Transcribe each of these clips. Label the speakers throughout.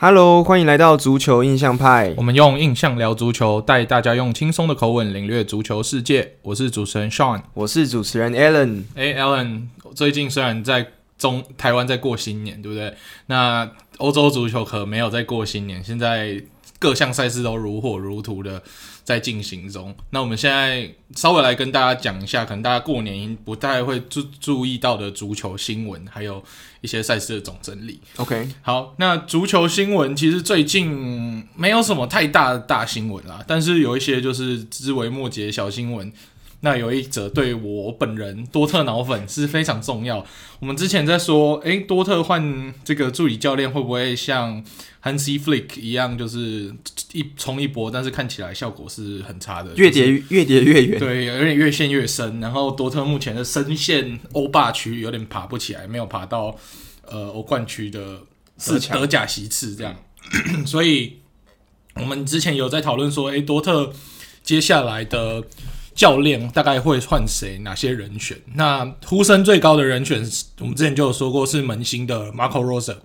Speaker 1: Hello，欢迎来到足球印象派
Speaker 2: 我。们用印象聊足球，带大家用轻松的口吻领略足球世界。我是主持人 Sean。
Speaker 1: 我是主持人 Alan。
Speaker 2: 哎，Alan，最近虽然在中台湾在过新年，对不对？那欧洲足球可没有在过新年，现在各项赛事都如火如荼的在进行中。那我们现在稍微来跟大家讲一下，可能大家过年不太会注注意到的足球新闻，还有一些赛事的总整理。
Speaker 1: OK，
Speaker 2: 好，那足球新闻其实最近嗯没有什么太大的大新闻啦，但是有一些就是枝微末节的小新闻。那有一则对我本人多特脑粉是非常重要。我们之前在说，诶、多特换这个助理教练会不会像 Hansi Flick 一样，就是一冲一波，但是看起来效果是很差的，
Speaker 1: 越叠越叠越远。
Speaker 2: 对，有点越陷越深。然后多特目前的深陷欧霸区，有点爬不起来，没有爬到呃欧冠区的德
Speaker 1: 四强
Speaker 2: 德甲席次这样。所以我们之前有在讨论说，诶，多特接下来的教练大概会换谁，哪些人选？那呼声最高的人选，我们之前就有说过是门兴的 Marco Rosa。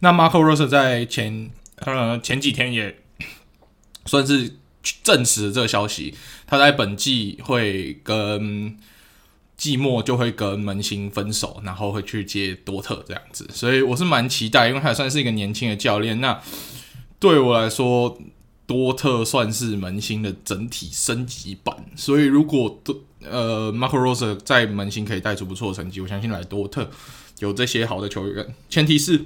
Speaker 2: 那 Marco Rosa 在前呃前几天也算是证实了这个消息，他在本季会跟季末就会跟门兴分手，然后会去接多特这样子，所以我是蛮期待，因为他也算是一个年轻的教练。那对我来说，多特算是门兴的整体升级版，所以如果多呃 Marco Rosa 在门兴可以带出不错的成绩，我相信来多特有这些好的球员，前提是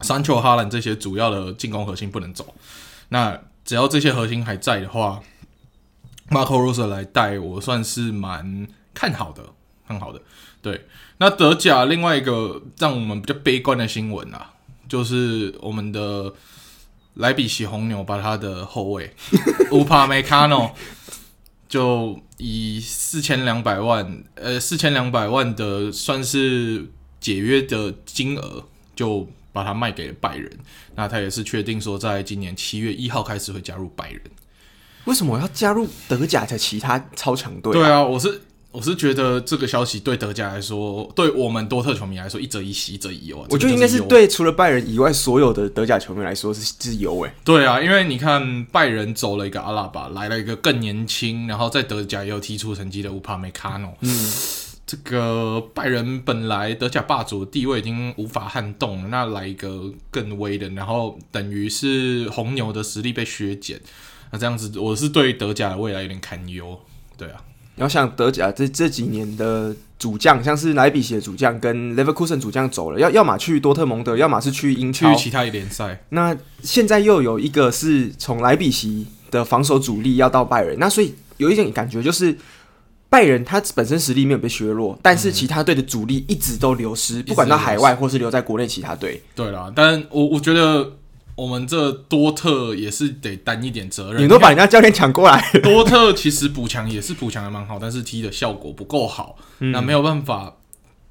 Speaker 2: 三球哈兰这些主要的进攻核心不能走。那只要这些核心还在的话，Marco Rosa 来带我算是蛮看好的，看好的。对，那德甲另外一个让我们比较悲观的新闻啊，就是我们的莱比锡红牛把他的后卫乌帕梅卡诺就以四千两百万，呃，四千两百万的算是解约的金额，就把它卖给了拜仁。那他也是确定说，在今年七月一号开始会加入拜仁。
Speaker 1: 为什么我要加入德甲的其他超强队？
Speaker 2: 对啊，我是我是觉得这个消息对德甲来说，对我们多特球迷来说，一则一喜，一则一忧啊。
Speaker 1: 我觉得
Speaker 2: 这个
Speaker 1: 应该
Speaker 2: 就是忧
Speaker 1: 对除了拜仁以外所有的德甲球迷来说是是有哎。
Speaker 2: 对啊，因为你看拜仁走了一个阿拉巴，来了一个更年轻，然后在德甲也有踢出成绩的乌帕梅卡诺。嗯，这个拜仁本来德甲霸主的地位已经无法撼动了，那来一个更威的，然后等于是红牛的实力被削减。那这样子，我是对德甲的未来有点堪忧。对啊，
Speaker 1: 然后像德甲这这几年的主将，像是莱比锡的主将跟 Leverkusen 主将走了，要要么去多特蒙德，要么是去英
Speaker 2: 去
Speaker 1: 超。
Speaker 2: 其他联赛。
Speaker 1: 那现在又有一个是从莱比锡的防守主力要到拜仁，那所以有一点感觉就是拜仁他本身实力没有被削弱，但是其他队的主力一直都流
Speaker 2: 嗯
Speaker 1: 失，不管到海外或是留在国内其他队。
Speaker 2: 对啦，但我我觉得我们这多特也是得担一点责任。
Speaker 1: 你都把人家教练抢过来，
Speaker 2: 多特其实补强也是补强的蛮好，但是踢的效果不够好，那没有办法，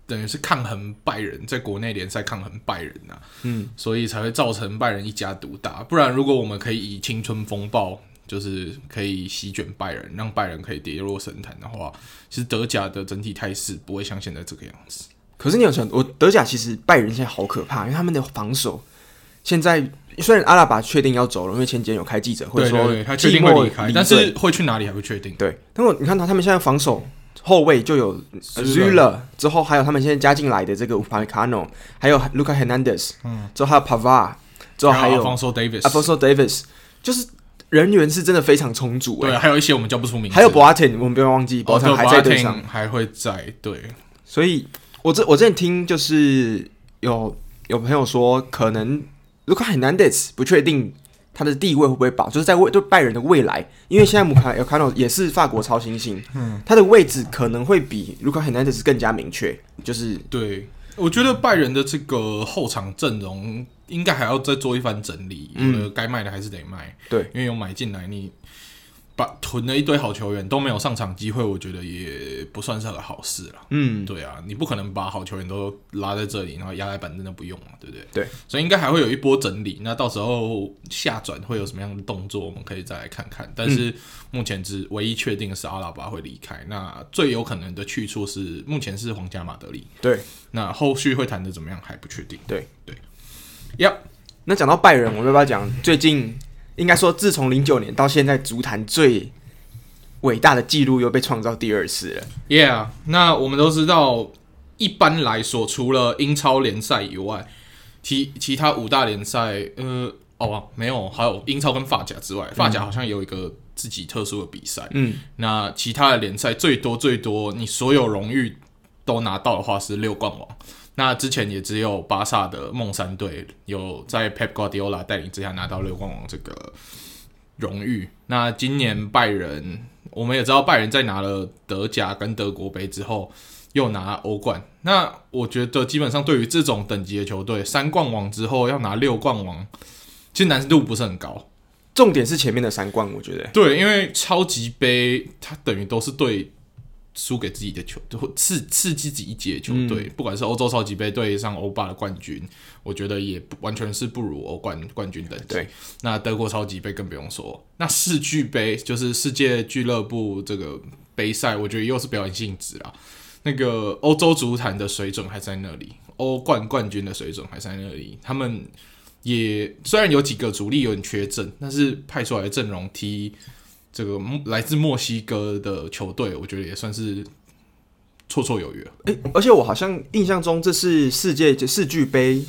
Speaker 2: 等于是抗衡拜仁，在国内联赛抗衡拜仁啊，
Speaker 1: 嗯，
Speaker 2: 所以才会造成拜仁一家独大。不然，如果我们可以以青春风暴，就是可以席卷拜仁，让拜仁可以跌落神坛的话，其实德甲的整体态势不会像现在这个样子。
Speaker 1: 可是你有想，我德甲其实拜仁现在好可怕，因为他们的防守现在虽然阿拉巴确定要走了，因为前几天有开记者会
Speaker 2: 对
Speaker 1: 说
Speaker 2: 对对，他确定
Speaker 1: 季末
Speaker 2: 会离开，但
Speaker 1: 队
Speaker 2: 是会去哪里还不确定。
Speaker 1: 对，但我你看到他们现在防守后卫就有
Speaker 2: Zula
Speaker 1: Zula，之后还有他们现在加进来的这个 Upamecano，还有 Luca Hernandez，嗯，之后还有 Pavar，之后还有
Speaker 2: Alfonso Davis，
Speaker 1: Alfonso Davis，就是人员是真的非常充足哎、
Speaker 2: 对，还有一些我们叫不出名字，
Speaker 1: 还有 Boateng，我们不要忘记
Speaker 2: 哦
Speaker 1: Boateng 还在队上，，
Speaker 2: 对 Boateng 还会在，对，
Speaker 1: 所以我这我之前听就是有有朋友说，可能 Luca Hernandez 不确定他的地位会不会保，就是在未对拜仁的未来，因为现在姆卡 El Cano 也是法国超新星，嗯，他的位置可能会比 Luca Hernandez 更加明确，就是
Speaker 2: 对，我觉得拜仁的这个后场阵容应该还要再做一番整理，
Speaker 1: 嗯
Speaker 2: 有的该卖的还是得卖，
Speaker 1: 对，
Speaker 2: 因为有买进来你。把囤了一堆好球员都没有上场机会，我觉得也不算是个好事了。
Speaker 1: 嗯，
Speaker 2: 对啊，你不可能把好球员都拉在这里，然后压在板凳都不用嘛，对不对？
Speaker 1: 对，
Speaker 2: 所以应该还会有一波整理。那到时候下转会有什么样的动作，我们可以再来看看。但
Speaker 1: 嗯
Speaker 2: 是目前只唯一确定的是阿拉巴会离开，那最有可能的去处是目前是皇家马德里，
Speaker 1: 对，
Speaker 2: 那后续会谈的怎么样还不确定。
Speaker 1: 对
Speaker 2: 对，呀，
Speaker 1: 那讲到拜仁，我们要不要讲最近应该说自从零九年到现在足坛最伟大的记录又被创造第二次了？
Speaker 2: Yeah，那我们都知道，一般来说，除了英超联赛以外，其其他五大联赛，呃，哦、啊，没有，还有英超跟法甲之外，法甲好像有一个自己特殊的比赛。
Speaker 1: 嗯，
Speaker 2: 那其他的联赛最多最多，你所有荣誉都拿到的话是六冠王。那之前也只有巴萨的梦三队有在 Pep Guardiola 带领之下拿到六冠王这个荣誉。那今年拜仁，我们也知道拜仁在拿了德甲跟德国杯之后，又拿欧冠。那我觉得基本上对于这种等级的球队，三冠王之后要拿六冠王，其实难度不是很高。
Speaker 1: 重点是前面的三冠，我觉得
Speaker 2: 对，因为超级杯它等于都是对输给自己的球，或刺刺激自己一届球队，不管是欧洲超级杯对上欧霸的冠军，我觉得也不完全是不如欧冠冠军等级。
Speaker 1: 对，
Speaker 2: 那德国超级杯更不用说，那世俱杯就是世界俱乐部这个杯赛，我觉得又是表演性质啦。那个欧洲足坛的水准还在那里，欧冠冠军的水准还在那里，他们也虽然有几个主力有点缺阵，但是派出来的阵容踢这个墨来自墨西哥的球队，我觉得也算是绰绰有余了。
Speaker 1: 诶而且我好像印象中这是世界就世俱杯，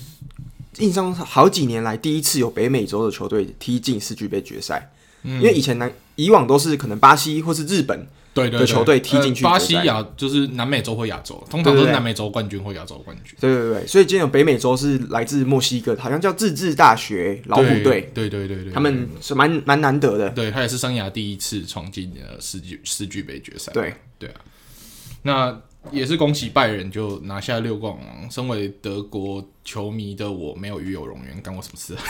Speaker 1: 印象中好几年来第一次有北美洲的球队踢进世俱杯决赛，
Speaker 2: 嗯
Speaker 1: 因为以前南以往都是可能巴西或是日本，
Speaker 2: 对对
Speaker 1: 的球队踢进去
Speaker 2: 呃巴
Speaker 1: 决
Speaker 2: 西
Speaker 1: 赛
Speaker 2: 亚就是南美洲或亚洲，通常
Speaker 1: 对对
Speaker 2: 都是
Speaker 1: 对
Speaker 2: 南美洲冠军或亚洲冠军。
Speaker 1: 对对对，所以今天有北美洲是来自墨西哥，好像叫自治大学老虎队，
Speaker 2: 对，对对对对，
Speaker 1: 他们是蛮蛮难得的，
Speaker 2: 对他也是生涯第一次闯进呃世俱世俱杯决赛。
Speaker 1: 对
Speaker 2: 对啊，那也是恭喜拜仁就拿下六冠王。身为德国球迷的我，没有与有荣焉，干我什么事、啊？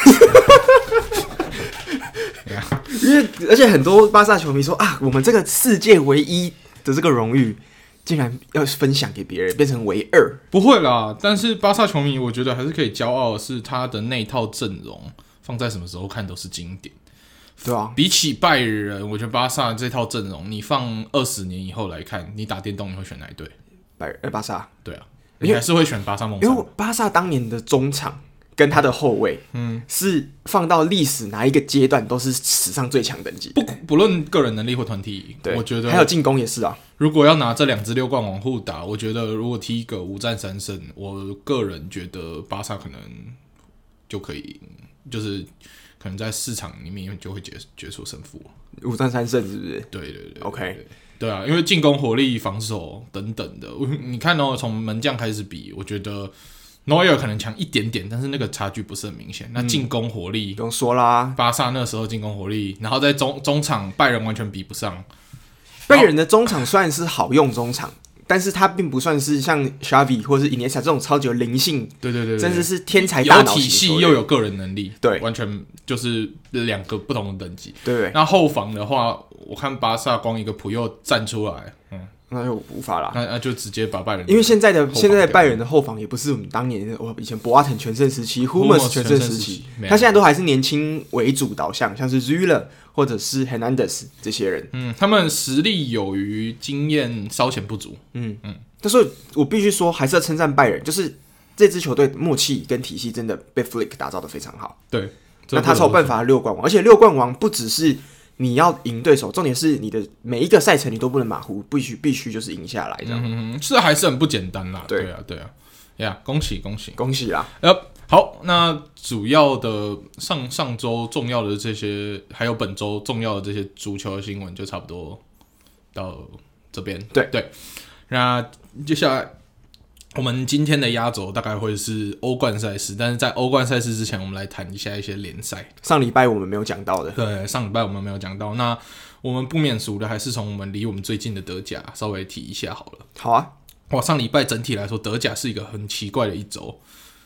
Speaker 1: 因为而且很多巴萨球迷说啊，我们这个世界唯一的这个荣誉，竟然要分享给别人，变成唯二，
Speaker 2: 不会啦，但是巴萨球迷我觉得还是可以骄傲，的是他的那套阵容放在什么时候看都是经典。
Speaker 1: 对吧、
Speaker 2: 比起拜仁，我觉得巴萨这套阵容，你放二十年以后来看，你打电动你会选哪一队？
Speaker 1: 拜呃巴萨，
Speaker 2: 对啊，
Speaker 1: 因为
Speaker 2: 你还是会选巴萨梦
Speaker 1: 因为
Speaker 2: 想。
Speaker 1: 巴萨当年的中场跟他的后卫，嗯，是放到历史哪一个阶段都是史上最强等级，
Speaker 2: 不不论个人能力或团体，
Speaker 1: 对，
Speaker 2: 我觉得
Speaker 1: 还有进攻也是啊，
Speaker 2: 如果要拿这两支六冠往互打，我觉得如果踢一个五战三胜，我个人觉得巴萨可能就可以，就是可能在市场里面就会决决出胜负。
Speaker 1: 五战三胜是不是？
Speaker 2: 对对对
Speaker 1: OK
Speaker 2: 对啊，因为进攻火力、防守等等的，我你看哦，从门将开始比，我觉得诺伊尔可能强一点点，但是那个差距不是很明显。那进攻火力，
Speaker 1: 不用说啦，
Speaker 2: 巴萨那时候进攻火力，然后在中中场拜仁完全比不上。
Speaker 1: 拜仁的中场虽然是好用中场，但是他并不算是像 Xavi 或是 Iniesta 这种超级有灵性，
Speaker 2: 对对对对
Speaker 1: 甚至是天才大
Speaker 2: 有
Speaker 1: 脑
Speaker 2: 体
Speaker 1: 型
Speaker 2: 系
Speaker 1: 球员
Speaker 2: 又有个人能力，
Speaker 1: 对
Speaker 2: 完全就是两个不同的等级。
Speaker 1: 对不对？
Speaker 2: 那后防的话，我看巴萨光一个普又站出来，嗯，
Speaker 1: 那就无法啦。
Speaker 2: 那那就直接把拜仁，
Speaker 1: 因为现在的
Speaker 2: 防
Speaker 1: 现在的
Speaker 2: 掉
Speaker 1: 拜仁的后防也不是我们当年的我以前博阿滕全盛时期、
Speaker 2: Hummels
Speaker 1: Hummels 全盛时
Speaker 2: 全盛时
Speaker 1: 期
Speaker 2: 期，没有
Speaker 1: 他现在都还是年轻为主导向，像是 Zula 或者是 Hernandez 这些人。
Speaker 2: 嗯，他们实力有余，经验稍显不足。
Speaker 1: 但是我必须说，还是要称赞拜仁，就是这支球队的默契跟体系真的被 Flick 打造的非常好。
Speaker 2: 对，
Speaker 1: 那他才有办法六冠王，而且六冠王不只是你要赢对手，重点是你的每一个赛程你都不能马虎，必须必须就是赢下来这样。
Speaker 2: 嗯，这还是很不简单啦。
Speaker 1: 对
Speaker 2: 对啊，对啊，呀，恭喜恭喜！
Speaker 1: 恭喜啦！
Speaker 2: 呃，好，那主要的上上周重要的这些，还有本周重要的这些足球的新闻，就差不多到这边。
Speaker 1: 对
Speaker 2: 对，那接下来我们今天的压轴大概会是欧冠赛事，但是在欧冠赛事之前，我们来谈一下一些联赛。
Speaker 1: 上礼拜我们没有讲到的，
Speaker 2: 对，上礼拜我们没有讲到，那我们不免俗的，还是从我们离我们最近的德甲稍微提一下好了。
Speaker 1: 好啊，
Speaker 2: 哇，上礼拜整体来说，德甲是一个很奇怪的一周。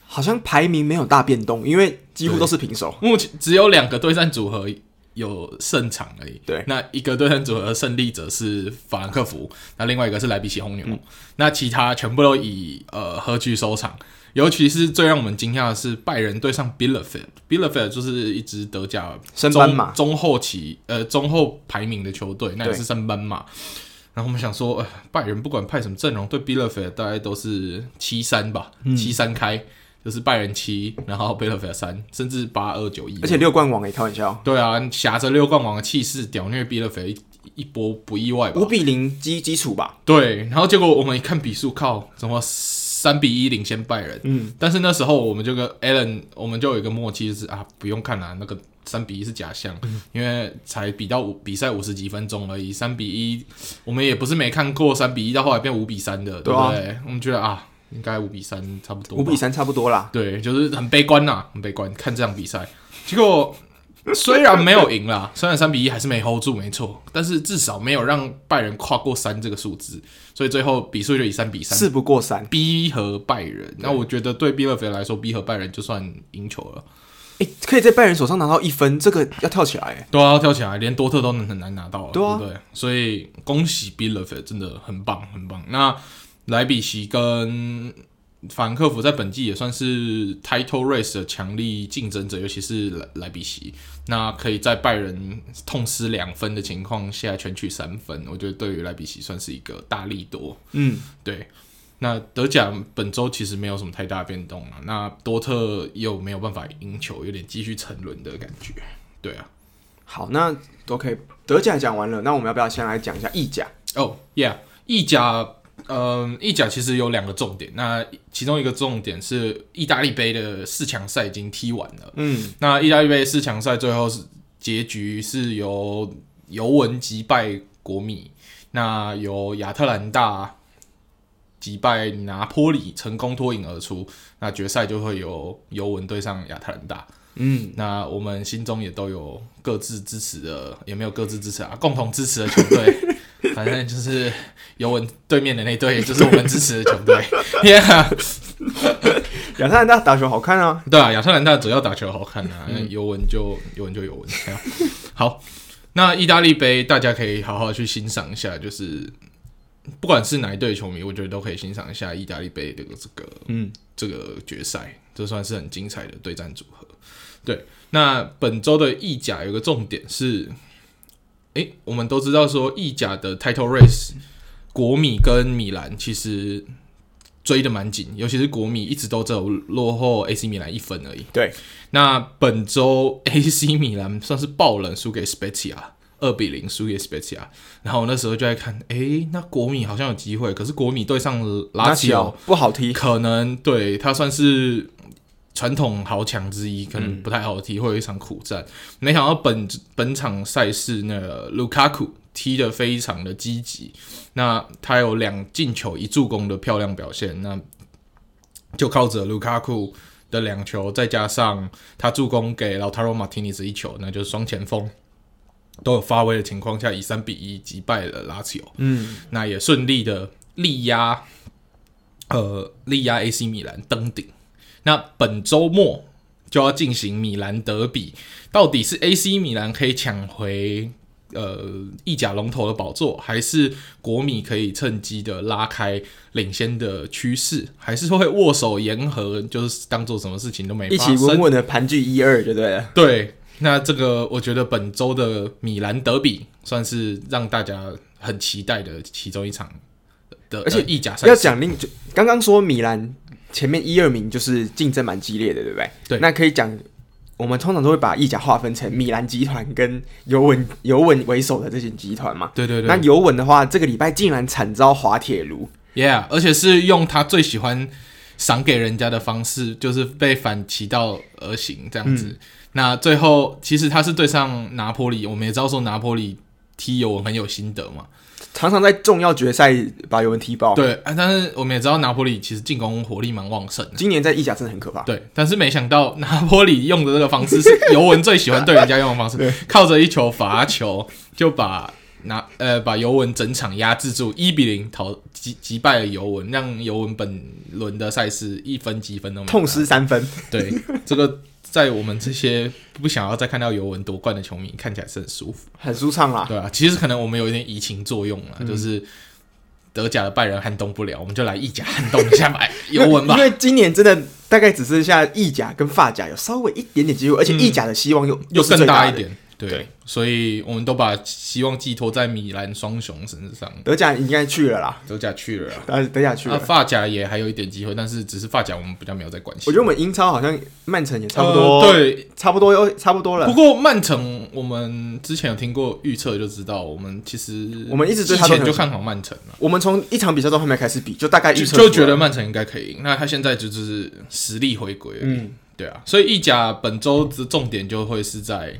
Speaker 1: 好像排名没有大变动，因为几乎都是平手。
Speaker 2: 目前只有两个对战组合有胜场而已。
Speaker 1: 对
Speaker 2: 那一个对战组合的胜利者是法兰克福，那另外一个是莱比锡红牛，
Speaker 1: 嗯
Speaker 2: 那其他全部都以呃和局收场。尤其是最让我们惊讶的是，拜仁对上 Bielefeld，Bielefeld 就是一支德甲
Speaker 1: 升
Speaker 2: 中
Speaker 1: 班马
Speaker 2: 中后期呃中后排名的球队，那也
Speaker 1: 对
Speaker 2: 是升班马。然后我们想说，
Speaker 1: 嗯
Speaker 2: 呃，拜仁不管派什么阵容，对 Bielefeld 大概都是七三吧，七三开，就是拜仁七，然后贝勒菲尔三，甚至八二九一。
Speaker 1: 而且六冠王也欸开玩笑，
Speaker 2: 对啊，挟着六冠王的气势屌虐贝勒菲尔一一波不意外吧
Speaker 1: 五？比零基基础吧，
Speaker 2: 对，然后结果我们一看比数，靠，怎么三比一领先拜仁？
Speaker 1: 嗯，
Speaker 2: 但是那时候我们就跟 Allen，我们就有一个默契，就是啊，不用看啦、那个三比一是假象，
Speaker 1: 嗯
Speaker 2: 因为才比到五比赛五十几分钟而已，三比一，我们也不是没看过三比一到后来变五比三的，对
Speaker 1: 对
Speaker 2: 不
Speaker 1: 啊
Speaker 2: 对？我们觉得啊，应该五比三差不多吧，
Speaker 1: 五比三差不多啦。
Speaker 2: 对，就是很悲观呐、很悲观。看这场比赛，结果 虽然没有赢啦，虽然三比一还是没 hold 住，没错，但是至少没有让拜仁跨过三这个数字，所以最后比数就以三比三
Speaker 1: 事不过三，
Speaker 2: 逼和拜仁。那我觉得对毕勒菲来说，逼和拜仁就算赢球了。
Speaker 1: 哎、可以在拜仁手上拿到一分，这个要跳起来、欸。
Speaker 2: 都要跳起来，连多特都能很难拿到了，
Speaker 1: 对啊
Speaker 2: 不对？所以恭喜 b i l l e f e 真的很棒，很棒。那莱比锡跟法兰克福在本季也算是 title race 的强力竞争者，尤其是莱莱比锡，那可以在拜仁痛失两分的情况下全取三分，我觉得对于莱比锡算是一个大力多。
Speaker 1: 嗯，
Speaker 2: 对，那德甲本周其实没有什么太大的变动了。那多特又没有办法赢球，有点继续沉沦的感觉。对啊，
Speaker 1: 好，那 OK，德甲讲完了，那我们要不要先来讲一下意甲？
Speaker 2: 哦、y e a h 意甲，嗯，意甲其实有两个重点，那其中一个重点是意大利杯的四强赛已经踢完了，
Speaker 1: 嗯，
Speaker 2: 那意大利杯四强赛最后是结局是由尤文击败国米，那由亚特兰大击败拿坡里，成功脱颖而出，那决赛就会由尤文对上亚特兰大。
Speaker 1: 嗯，
Speaker 2: 那我们心中也都有各自支持的，也没有各自支持啊，共同支持的球队。 反正就是尤文对面的那队，就是我们支持的球队。yeah，
Speaker 1: 亚特兰大打球好看啊，
Speaker 2: 对啊，亚特兰大只要打球好看啊，那尤文就尤文就尤文。这样好，那意大利杯大家可以好好去欣赏一下，就是不管是哪一队球迷，我觉得都可以欣赏一下意大利杯这个这个
Speaker 1: 嗯，
Speaker 2: 这个决赛，这算是很精彩的对战组合。对，那本周的意甲有个重点是，诶、我们都知道说意甲的 title race，国米跟米兰其实追的蛮紧，尤其是国米一直都只有落后 AC 米兰一分而已。
Speaker 1: 对，
Speaker 2: 那本周 AC 米兰算是爆冷输给 Spezia，二比零输给 Spezia。然后我那时候就在看，诶、那国米好像有机会，可是国米对上拉齐哦奥，
Speaker 1: 不好踢，
Speaker 2: 可能对他算是传统豪强之一，可能不太好踢，会有一场苦战。没想到本本场赛事，那个卢卡库踢得非常的积极，那他有两进球一助攻的漂亮表现，那就靠着卢卡库的两球，再加上他助攻给老塔罗马提尼斯一球，那就是双前锋。都有发威的情况下，以三比一击败了拉齐奥，
Speaker 1: 嗯，
Speaker 2: 那也顺利的力压呃力压 AC 米兰登顶。那本周末就要进行米兰德比，到底是 AC 米兰可以抢回呃意甲龙头的宝座，还是国米可以趁机的拉开领先的趋势，还是会握手言和，就是当做什么事情都没
Speaker 1: 一
Speaker 2: 发生？
Speaker 1: 起稳稳的盘踞一二就对了。
Speaker 2: 对，那这个我觉得本周的米兰德比算是让大家很期待的其中一场的，
Speaker 1: 而且
Speaker 2: 呃意甲赛
Speaker 1: 要
Speaker 2: 事
Speaker 1: 讲另就刚刚说米兰前面一二名就是竞争蛮激烈的，对不对？
Speaker 2: 对
Speaker 1: 那可以讲，我们通常都会把意甲划分成米兰集团跟尤文尤文为首的这些集团嘛。
Speaker 2: 对对对，
Speaker 1: 那尤文的话，这个礼拜竟然惨遭滑铁卢，
Speaker 2: Yeah，而且是用他最喜欢赏给人家的方式，就是被反其道而行这样子。
Speaker 1: 嗯
Speaker 2: 那最后其实他是对上拿坡里，我们也知道说拿坡里踢尤文很有心得嘛，
Speaker 1: 常常在重要决赛把尤文踢爆。，
Speaker 2: 对啊，但是我们也知道拿坡里其实进攻火力蛮旺盛的。
Speaker 1: 今年在意甲真的很可怕。
Speaker 2: 对，但是没想到拿坡里用的这个方式是尤文最喜欢对人家用的方式，靠着一球罚球就把拿呃把尤文整场压制住，一比零淘击击败了尤文，让尤文本轮的赛事一分积分都没有
Speaker 1: 痛失三分，
Speaker 2: 对，这个在我们这些不想要再看到尤文夺冠的球迷看起来是很舒服。
Speaker 1: 很舒畅啦。
Speaker 2: 对啊，其实可能我们有一点移情作用了，就是德甲的拜仁撼动不了，我们就来意甲撼动一下吧，尤文吧
Speaker 1: 因。为今年真的大概只剩下意甲跟法甲有稍微一点点机会，而且意甲的希望又、
Speaker 2: 嗯又
Speaker 1: 又是
Speaker 2: 更
Speaker 1: 最大
Speaker 2: 大一
Speaker 1: 的。
Speaker 2: 点。对，
Speaker 3: 对
Speaker 2: 所以我们都把希望寄托在米兰双雄身上。
Speaker 1: 德甲应该去了啦，
Speaker 2: 德甲去了啦，
Speaker 1: 呃，德甲去
Speaker 2: 那、
Speaker 1: 了。
Speaker 2: 发甲也还有一点机会，但是只是发甲我们比较没有在关心。
Speaker 1: 我觉得我们英超好像曼城也差不多，嗯
Speaker 2: 呃，对。
Speaker 1: 差不多又差不多
Speaker 2: 不
Speaker 1: 了。
Speaker 2: 过曼城，我们之前有听过预测就知道，我们其实
Speaker 1: 我们一直对
Speaker 2: 之
Speaker 1: 他都
Speaker 2: 前
Speaker 1: 很
Speaker 2: 就看好曼城了，
Speaker 1: 我们从一场比赛都还没开始比，就大概预
Speaker 2: 就
Speaker 1: 测
Speaker 2: 就
Speaker 1: 出来
Speaker 2: 觉得曼城应该可以赢。那他现在就是实力回归，
Speaker 1: 嗯，
Speaker 2: 对啊，所以意甲本周的重点就会是在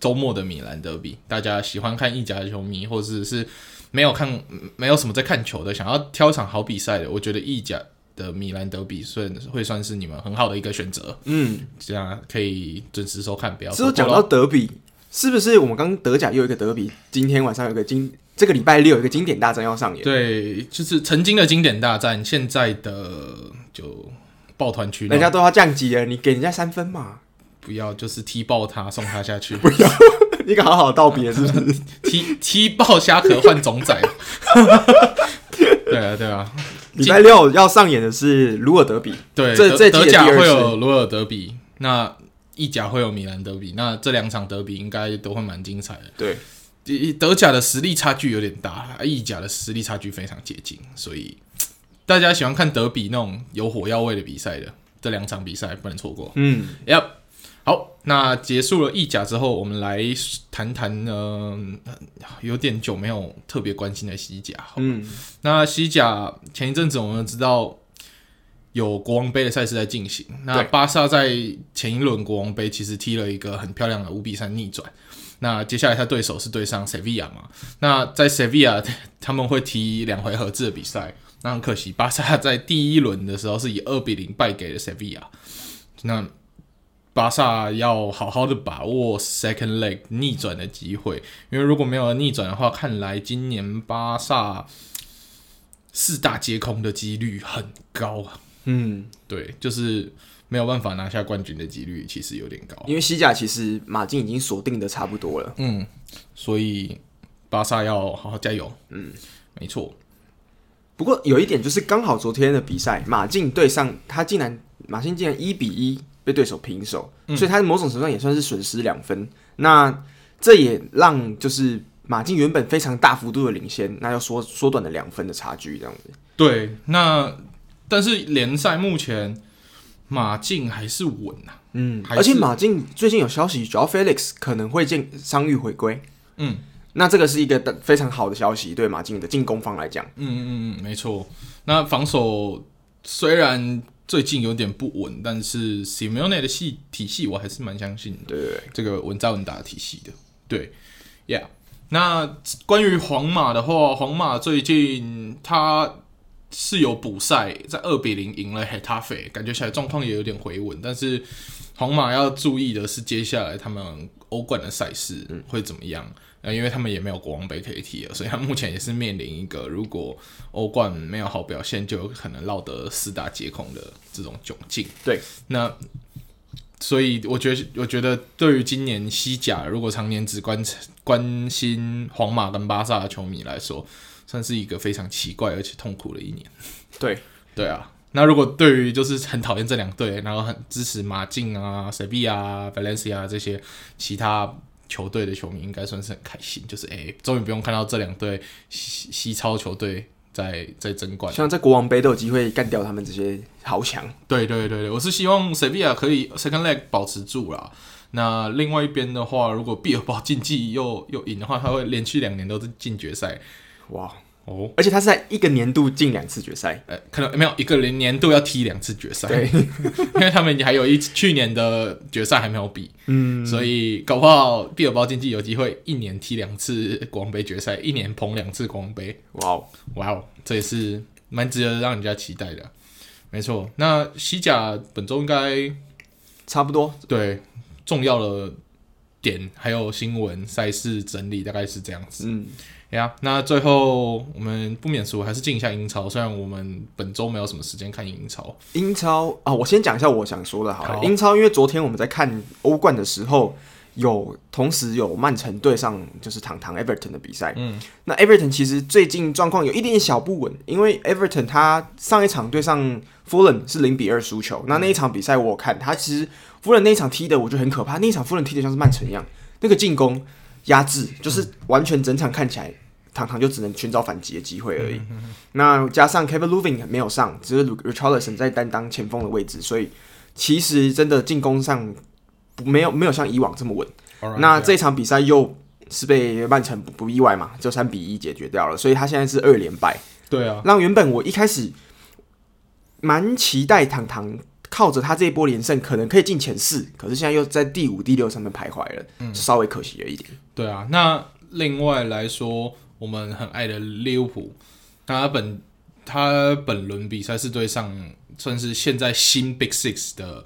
Speaker 2: 周末的米兰德比。大家喜欢看意甲的球迷，或者是没有看、没有什么在看球的，想要挑一场好比赛的，我觉得意甲的米兰德比算会算是你们很好的一个选择。
Speaker 1: 嗯。
Speaker 2: 这样可以准时收看，不要
Speaker 1: 之
Speaker 2: 错
Speaker 1: 后
Speaker 2: 过
Speaker 1: 讲
Speaker 2: 咯
Speaker 1: 到德比，是不是我们刚德甲又有一个德比？今天晚上有一个经，这个礼拜六有一个经典大战要上演。
Speaker 2: 对，就是曾经的经典大战，现在的就抱团取
Speaker 1: 人家
Speaker 2: 暖，
Speaker 1: 都要降级了，你给人家三分嘛，
Speaker 2: 不要就是踢爆他，送他下去。
Speaker 1: 你敢好好道别是不是？
Speaker 2: 踢踢爆虾壳换种仔。 对啊，对啊，
Speaker 1: 礼拜六要上演的是鲁尔德比，
Speaker 2: 对。
Speaker 1: 这
Speaker 2: 德
Speaker 1: 这季的
Speaker 2: 德甲
Speaker 1: 第二
Speaker 2: 会
Speaker 1: 次
Speaker 2: 有罗尔德比，那意甲会有米兰德比，那这两场德比应该都会蛮精彩的。
Speaker 1: 对，
Speaker 2: 德德甲的实力差距有点大，啊意甲的实力差距非常接近，所以大家喜欢看德比那种有火药味的比赛的，这两场比赛不能错过。
Speaker 1: 嗯，
Speaker 2: Yep，好，那结束了意甲之后，我们来谈谈呃，有点久没有特别关心的西甲。
Speaker 1: 嗯，
Speaker 2: 那西甲前一阵子我们知道有国王杯的赛事在进行，那
Speaker 1: 对
Speaker 2: 巴萨在前一轮国王杯其实踢了一个很漂亮的五比三逆转。那接下来他对手是对上 Sevilla 嘛？那在 Sevilla 他们会踢两回合制的比赛，那很可惜，巴萨在第一轮的时候是以二比零败给了 Sevilla。那巴萨要好好的把握 second leg 逆转的机会，因为如果没有逆转的话，看来今年巴萨四大皆空的几率很高啊。
Speaker 1: 嗯，
Speaker 2: 对，就是没有办法拿下冠军的几率其实有点高。啊
Speaker 1: 因为西甲其实马竞已经锁定的差不多了。
Speaker 2: 嗯，所以巴萨要好好加油。嗯，没错。
Speaker 1: 不过有一点就是，刚好昨天的比赛，马竞对上他竟然马竞竟然一比一被对手平手，所以他某种程度上也算是损失两分。那这也让就是马竞原本非常大幅度的领先，那要缩缩短了两分的差距，这样子。
Speaker 2: 对，那但是联赛目前马竞还是稳啊。
Speaker 1: 嗯，
Speaker 2: 还
Speaker 1: 而且
Speaker 2: 是
Speaker 1: 马竞最近有消息主要 Felix 可能会见伤愈回归。
Speaker 2: 嗯，
Speaker 1: 那这个是一个大非常好的消息，对马竞的进攻方来讲。
Speaker 2: 嗯嗯嗯，没错。那防守虽然最近有点不稳，但是 Simeone 的系体系我还是蛮相信的。
Speaker 1: 对对对，
Speaker 2: 这个稳扎稳打的体系的。对，Yeah。那关于皇马的话，皇马最近他是有补赛，在二比零赢了 Hetafe，感觉起来状况也有点回稳。但是皇马要注意的是，接下来他们欧冠的赛事会怎么样？呃，因为他们也没有国王杯可以踢了，所以他目前也是面临一个如果欧冠没有好表现，就有可能落得四大皆空的这种窘境。
Speaker 1: 对，
Speaker 2: 那所以我觉得，我觉得对于今年西甲，如果常年只关关心皇马跟巴萨的球迷来说，算是一个非常奇怪而且痛苦的一年。
Speaker 1: 对，
Speaker 2: 对啊。那如果对于就是很讨厌这两队，然后很支持马竞啊、塞比啊、Valencia 这些其他球队的球迷，应该算是很开心，就是哎，诶终于不用看到这两队西西超球队在在争冠。
Speaker 1: 像在国王杯都有机会干掉他们这些豪强。
Speaker 2: 对对对对，我是希望 Sevilla 可以 second leg 保持住啦。那另外一边的话，如果毕尔包竞技又又赢的话，他会连续两年都是进决赛
Speaker 1: 哇！
Speaker 2: 哦。
Speaker 1: 而且他是在一个年度进两次决赛，
Speaker 2: 呃，可能没有一个人年度要踢两次决赛，
Speaker 1: 对，
Speaker 2: 因为他们还有一去年的决赛还没有比，嗯，所以搞不好毕尔包竞技有机会一年踢两次国王杯决赛，一年捧两次国王杯，
Speaker 1: 哇哦！
Speaker 2: 哇哦，这也是蛮值得让人家期待的。没错，那西甲本周应该
Speaker 1: 差不多，
Speaker 2: 对重要的点，还有新闻赛事整理，大概是这样子
Speaker 1: 嗯，
Speaker 2: 呀。那最后我们不免俗，还是进一下英超。虽然我们本周没有什么时间看英超，
Speaker 1: 英超啊，我先讲一下我想说的好了。
Speaker 2: 好
Speaker 1: 英超，因为昨天我们在看欧冠的时候，有同时有曼城对上就是堂堂 Everton 的比赛。
Speaker 2: 嗯，
Speaker 1: 那 Everton 其实最近状况有一点点小不稳，因为 Everton 他上一场对上 Fulham 是零比二输球，那那一场比赛我有看他其实 Fulham 那一场踢的我觉得很可怕，那一场 Fulham 踢的像是曼城一样，那个进攻压制，就是完全整场看起来，堂堂就只能寻找反击的机会而已。那加上 Kevin Luvin 没有上，只是 Richardson 在担当前锋的位置，所以其实真的进攻上不没有没有像以往这么稳。
Speaker 2: Alright，
Speaker 1: 那
Speaker 2: yeah
Speaker 1: 这场比赛又是被曼城不不意外嘛，就三比一解决掉了，所以他现在是二连败。
Speaker 2: 对啊，
Speaker 1: 让原本我一开始蛮期待堂堂靠着他这一波连胜，可能可以进前四，可是现在又在第五、第六上面徘徊了，
Speaker 2: 嗯
Speaker 1: 就稍微可惜了一点。
Speaker 2: 对啊。那另外来说，我们很爱的利物浦，那他本他本轮比赛是对上算是现在新 Big Six 的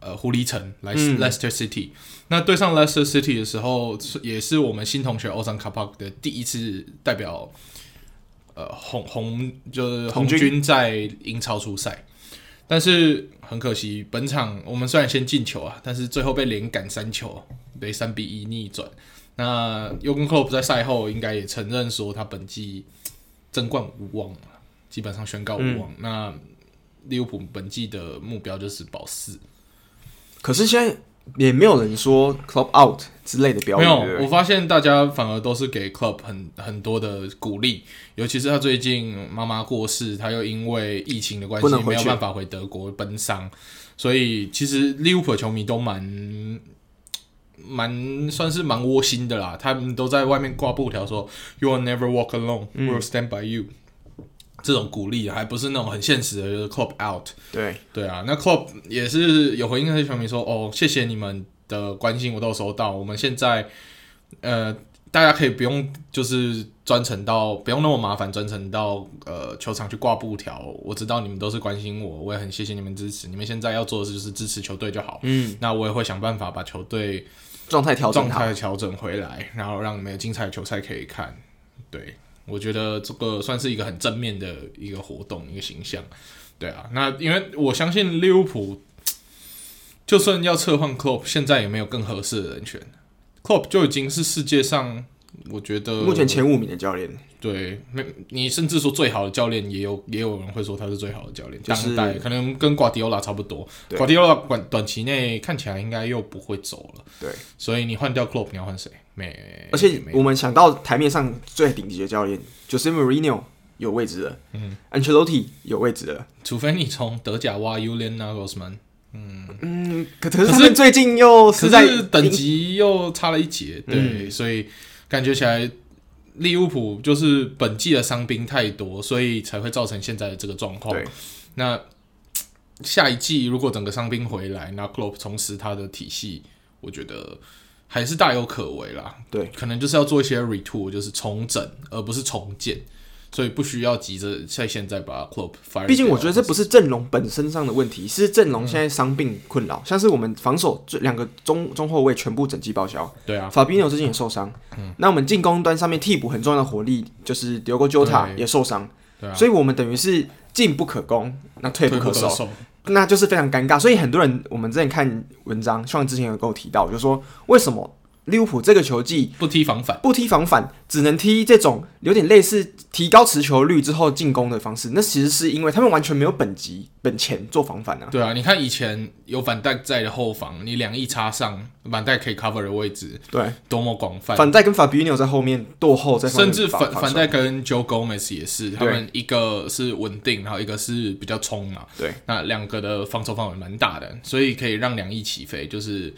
Speaker 2: 呃狐狸城莱斯 Leicester City。那对上 Leicester City 的时候，是也是我们新同学 Ozan Kapak 的第一次代表呃红红就是红
Speaker 1: 红军
Speaker 2: 军在英超出赛。但是很可惜，本场我们虽然先进球啊，但是最后被连赶三球，被三比一逆转。那 y o g e n Klopp 在赛后应该也承认说，他本季争冠无望了，基本上宣告无
Speaker 1: 嗯
Speaker 2: 望。那利物浦本季的目标就是保四，
Speaker 1: 可是现在也没有人说 club out 之类的标
Speaker 2: 没
Speaker 1: 语，
Speaker 2: 有
Speaker 1: 对不，
Speaker 2: 我
Speaker 1: 对
Speaker 2: 发现大家反而都是给 Club 很很多的鼓励，尤其是他最近妈妈过世，他又因为疫情的关系
Speaker 1: 不能回
Speaker 2: 没有
Speaker 1: 去
Speaker 2: 办法回德国奔丧，所以其实利物浦的球迷都蛮蛮算是蛮窝心的啦，他们都在外面挂布条说 “You will never walk alone,
Speaker 1: 嗯
Speaker 2: we'll stand by you”、这种鼓励，还不是那种很现实的就是 Club out。
Speaker 1: 对，
Speaker 2: 对啊，那 Klopp 也是有回应那些球迷说，哦，谢谢你们的关心，我都有收到。我们现在，呃，大家可以不用就是专程到，不用那么麻烦，专程到呃球场去挂布条。我知道你们都是关心我，我也很谢谢你们支持。你们现在要做的事就是支持球队就好。
Speaker 1: 嗯，
Speaker 2: 那我也会想办法把球队
Speaker 1: 状态调整
Speaker 2: 状
Speaker 1: 好，
Speaker 2: 态调整回来，然后让你们有精彩的球赛可以看。对我觉得这个算是一个很正面的一个活动，一个形象。对啊，那因为我相信利物浦，就算要撤换 Klopp，现在也没有更合适的人选。Klopp 就已经是世界上，我觉得
Speaker 1: 目前前五名的教练
Speaker 2: 对，没你甚至说最好的教练，也有也有人会说他是最好的教练，
Speaker 1: 就是
Speaker 2: 当代可能跟瓜迪奥拉差不多。
Speaker 1: 对
Speaker 2: 瓜迪奥拉短短期内看起来应该又不会走了，
Speaker 1: 对，
Speaker 2: 所以你换掉 Klopp，你要换谁？没，
Speaker 1: 而且
Speaker 2: 呃没
Speaker 1: 我们想到台面上最顶级的教练，Jose Mourinho 有位置了，嗯，Ancelotti 有位置了，
Speaker 2: 除非你从德甲挖 Julian Nagelsmann，
Speaker 1: 嗯，可可是他们最近又
Speaker 2: 可
Speaker 1: 是嗯在
Speaker 2: 是等级又差了一截，对，所以感觉起来利物浦就是本季的伤兵太多，所以才会造成现在的这个状况
Speaker 1: 对。
Speaker 2: 那下一季如果整个伤兵回来，那 Klopp 重拾他的体系，我觉得还是大有可为啦。
Speaker 1: 对，
Speaker 2: 可能就是要做一些 retool，就是重整，而不是重建，所以不需要急着在现在把 Klopp fire 掉。
Speaker 1: 毕竟我觉得这不是阵容本身上的问题，是阵容现在伤病困扰，像是我们防守这两个中中后卫全部整季报销，
Speaker 2: 对啊，嗯
Speaker 1: 法比纽最近也受伤，那我们进攻端上面替补很重要的火力就是德国 Jota
Speaker 2: 对
Speaker 1: 也受伤，
Speaker 2: 对啊
Speaker 1: 所以我们等于是进不可攻，那退不
Speaker 2: 不
Speaker 1: 可守，
Speaker 2: 守。
Speaker 1: 那就是非常尴尬。所以很多人我们之前看文章，像之前有跟我提到，就说为什么利物浦这个球季
Speaker 2: 不踢防反，
Speaker 1: 不踢防反，只能踢这种有点类似提高持球率之后进攻的方式。那其实是因为他们完全没有本级本钱做防反啊。
Speaker 2: 对啊，你看以前有反带在的后防，你两翼插上，反带可以 cover 的位置
Speaker 1: 对，
Speaker 2: 多么广泛，
Speaker 1: 反带跟法比纽在后面落后，在
Speaker 2: 甚至
Speaker 1: 反
Speaker 2: 反反带跟 Joe Gomez 也是，他
Speaker 1: 对
Speaker 2: 们一个是稳定，然后一个是比较冲嘛，
Speaker 1: 对，
Speaker 2: 那两个的防守范围蛮大的，所以可以让两翼起飞，就是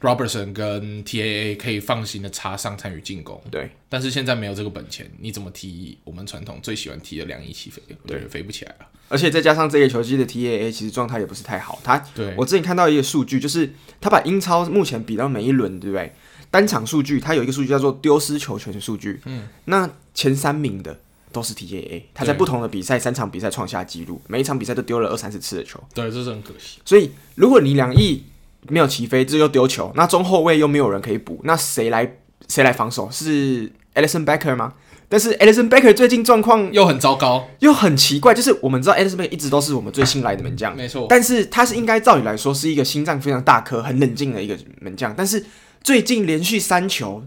Speaker 2: Robertson 跟 TAA 可以放心的插上参与进攻，
Speaker 1: 对，
Speaker 2: 但是现在没有这个本钱，你怎么踢我们传统最喜欢踢的两翼起飞？我觉得飞不起来了。
Speaker 1: 而且再加上这个球季的 TAA 其实状态也不是太好，他
Speaker 2: 对，
Speaker 1: 我之前看到一个数据，就是他把英超目前比到每一轮，对不对？单场数据，他有一个数据叫做丢失球权数据。嗯，那前三名的都是 TAA，他在
Speaker 2: 对
Speaker 1: 不同的比赛三场比赛创下纪录，每一场比赛都丢了二三十次的球。
Speaker 2: 对，这是很可惜。
Speaker 1: 所以如果你两翼没有起飞，这就丢球，那中后卫又没有人可以补，那谁来谁来防守？是 Alison Becker 吗？但是 Alison Becker 最近状况
Speaker 2: 又很糟糕，
Speaker 1: 又很奇怪，就是我们知道 Alison Becker 一直都是我们最新来的门将，
Speaker 2: 没错。
Speaker 1: 但是他是应该照理来说是一个心脏非常大颗、很冷静的一个门将，但是最近连续三球，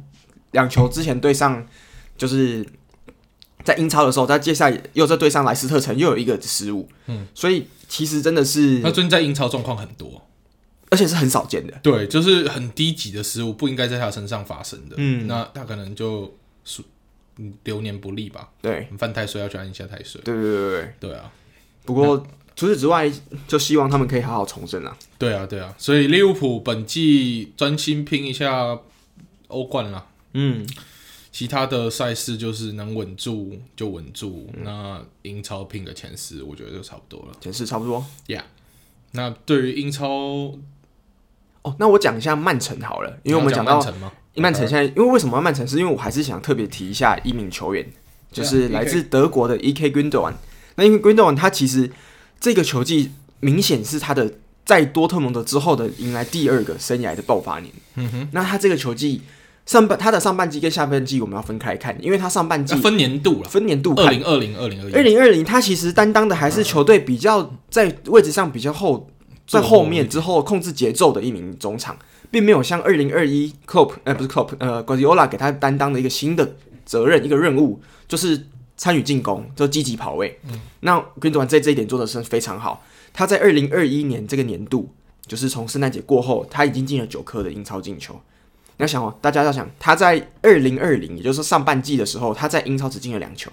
Speaker 1: 两球之前对上就是在英超的时候，他接下来又在对上莱斯特城又有一个失误，嗯，所以其实真的是
Speaker 2: 那最近在英超状况很多，
Speaker 1: 而且是很少见的。
Speaker 2: 对，就是很低级的失误，不应该在他身上发生的。
Speaker 1: 嗯
Speaker 2: 那他可能就是嗯流年不利吧，
Speaker 1: 对，
Speaker 2: 犯太岁要去按一下太岁。
Speaker 1: 对对对对对。
Speaker 2: 对啊，
Speaker 1: 不过除此之外，就希望他们可以好好重生啊。
Speaker 2: 对啊，对啊，所以利物浦本季专心拼一下欧冠啦，
Speaker 1: 嗯，
Speaker 2: 其他的赛事就是能稳住就稳住，
Speaker 1: 嗯
Speaker 2: 那英超拼个前十，我觉得就差不多了。
Speaker 1: 前世差不多。
Speaker 2: Yeah，那对于英超，
Speaker 1: 哦，那我讲一下曼城好了，因为我们
Speaker 2: 你要讲
Speaker 1: 到
Speaker 2: 曼城吗？
Speaker 1: 曼城现在，因为为什么要曼城？是因为我还是想特别提一下一名球员，就是来
Speaker 2: E
Speaker 1: 自德国的 E.K. Gundogan。那因为 Gundogan 他其实这个球季明显是他的在多特蒙德之后的迎来第二个生涯的爆发年。嗯哼，那他这个球季上半他的上半季跟下半季我们要分开看，因为他上半季哎
Speaker 2: 要啊分年度了，
Speaker 1: 分年度看
Speaker 2: 二零二零二零二
Speaker 1: 二
Speaker 2: 一，
Speaker 1: 零二零，他其实担当的还是球队比较在位置上比较后，在后面之后控制节奏的一名中场，并没有像二零二一 Klopp 呃不是 Klopp 呃 Guardiola 给他担当的一个新的责任一个任务，就是参与进攻，就积极跑位。嗯，那 g r 在这一点做的是非常好。他在二零二一年这个年度，就是从圣诞节过后，他已经进了九颗的英超进球。你要想哦，大家要想，他在二零二零，也就是说上半季的时候，他在英超只进了两球，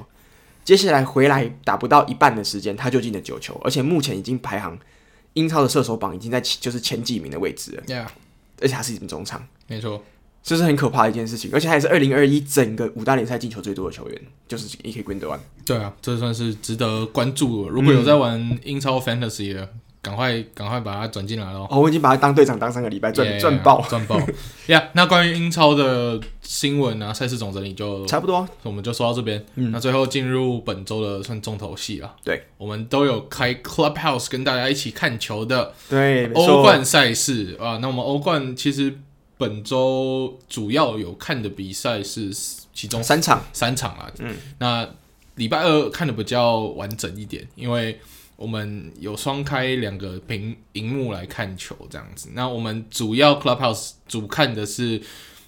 Speaker 1: 接下来回来打不到一半的时间，他就进了九球，而且目前已经排行英超的射手榜已经在前就是前几名的位置了，
Speaker 2: Yeah，
Speaker 1: 而且他是一名中场，
Speaker 2: 没错，
Speaker 1: 这是很可怕的一件事情。而且他也是二零二一整个五大联赛进球最多的球员，就是 E.K. g u n d o a n
Speaker 2: 对啊，这算是值得关注的。如果有在玩英超 Fantasy 的，赶快赶快把它转进来喽。
Speaker 1: 哦，我已经把他当队长当三个礼拜，赚
Speaker 2: Yeah，
Speaker 1: 赚爆，
Speaker 2: 赚爆！呀，那关于英超的新闻啊，赛事总整理就
Speaker 1: 差不多。
Speaker 2: 我们就说到这边。那最后进入本周的算重头戏了。
Speaker 1: 嗯对，
Speaker 2: 我们都有开 Clubhouse 跟大家一起看球的
Speaker 1: 对，没
Speaker 2: 欧
Speaker 1: 错，
Speaker 2: 冠赛事啊。那我们欧冠其实本周主要有看的比赛是其中
Speaker 1: 三场，
Speaker 2: 三场啦。嗯，那礼拜二看的比较完整一点，因为我们有双开两个屏荧幕来看球这样子。那我们主要 Clubhouse 主看的是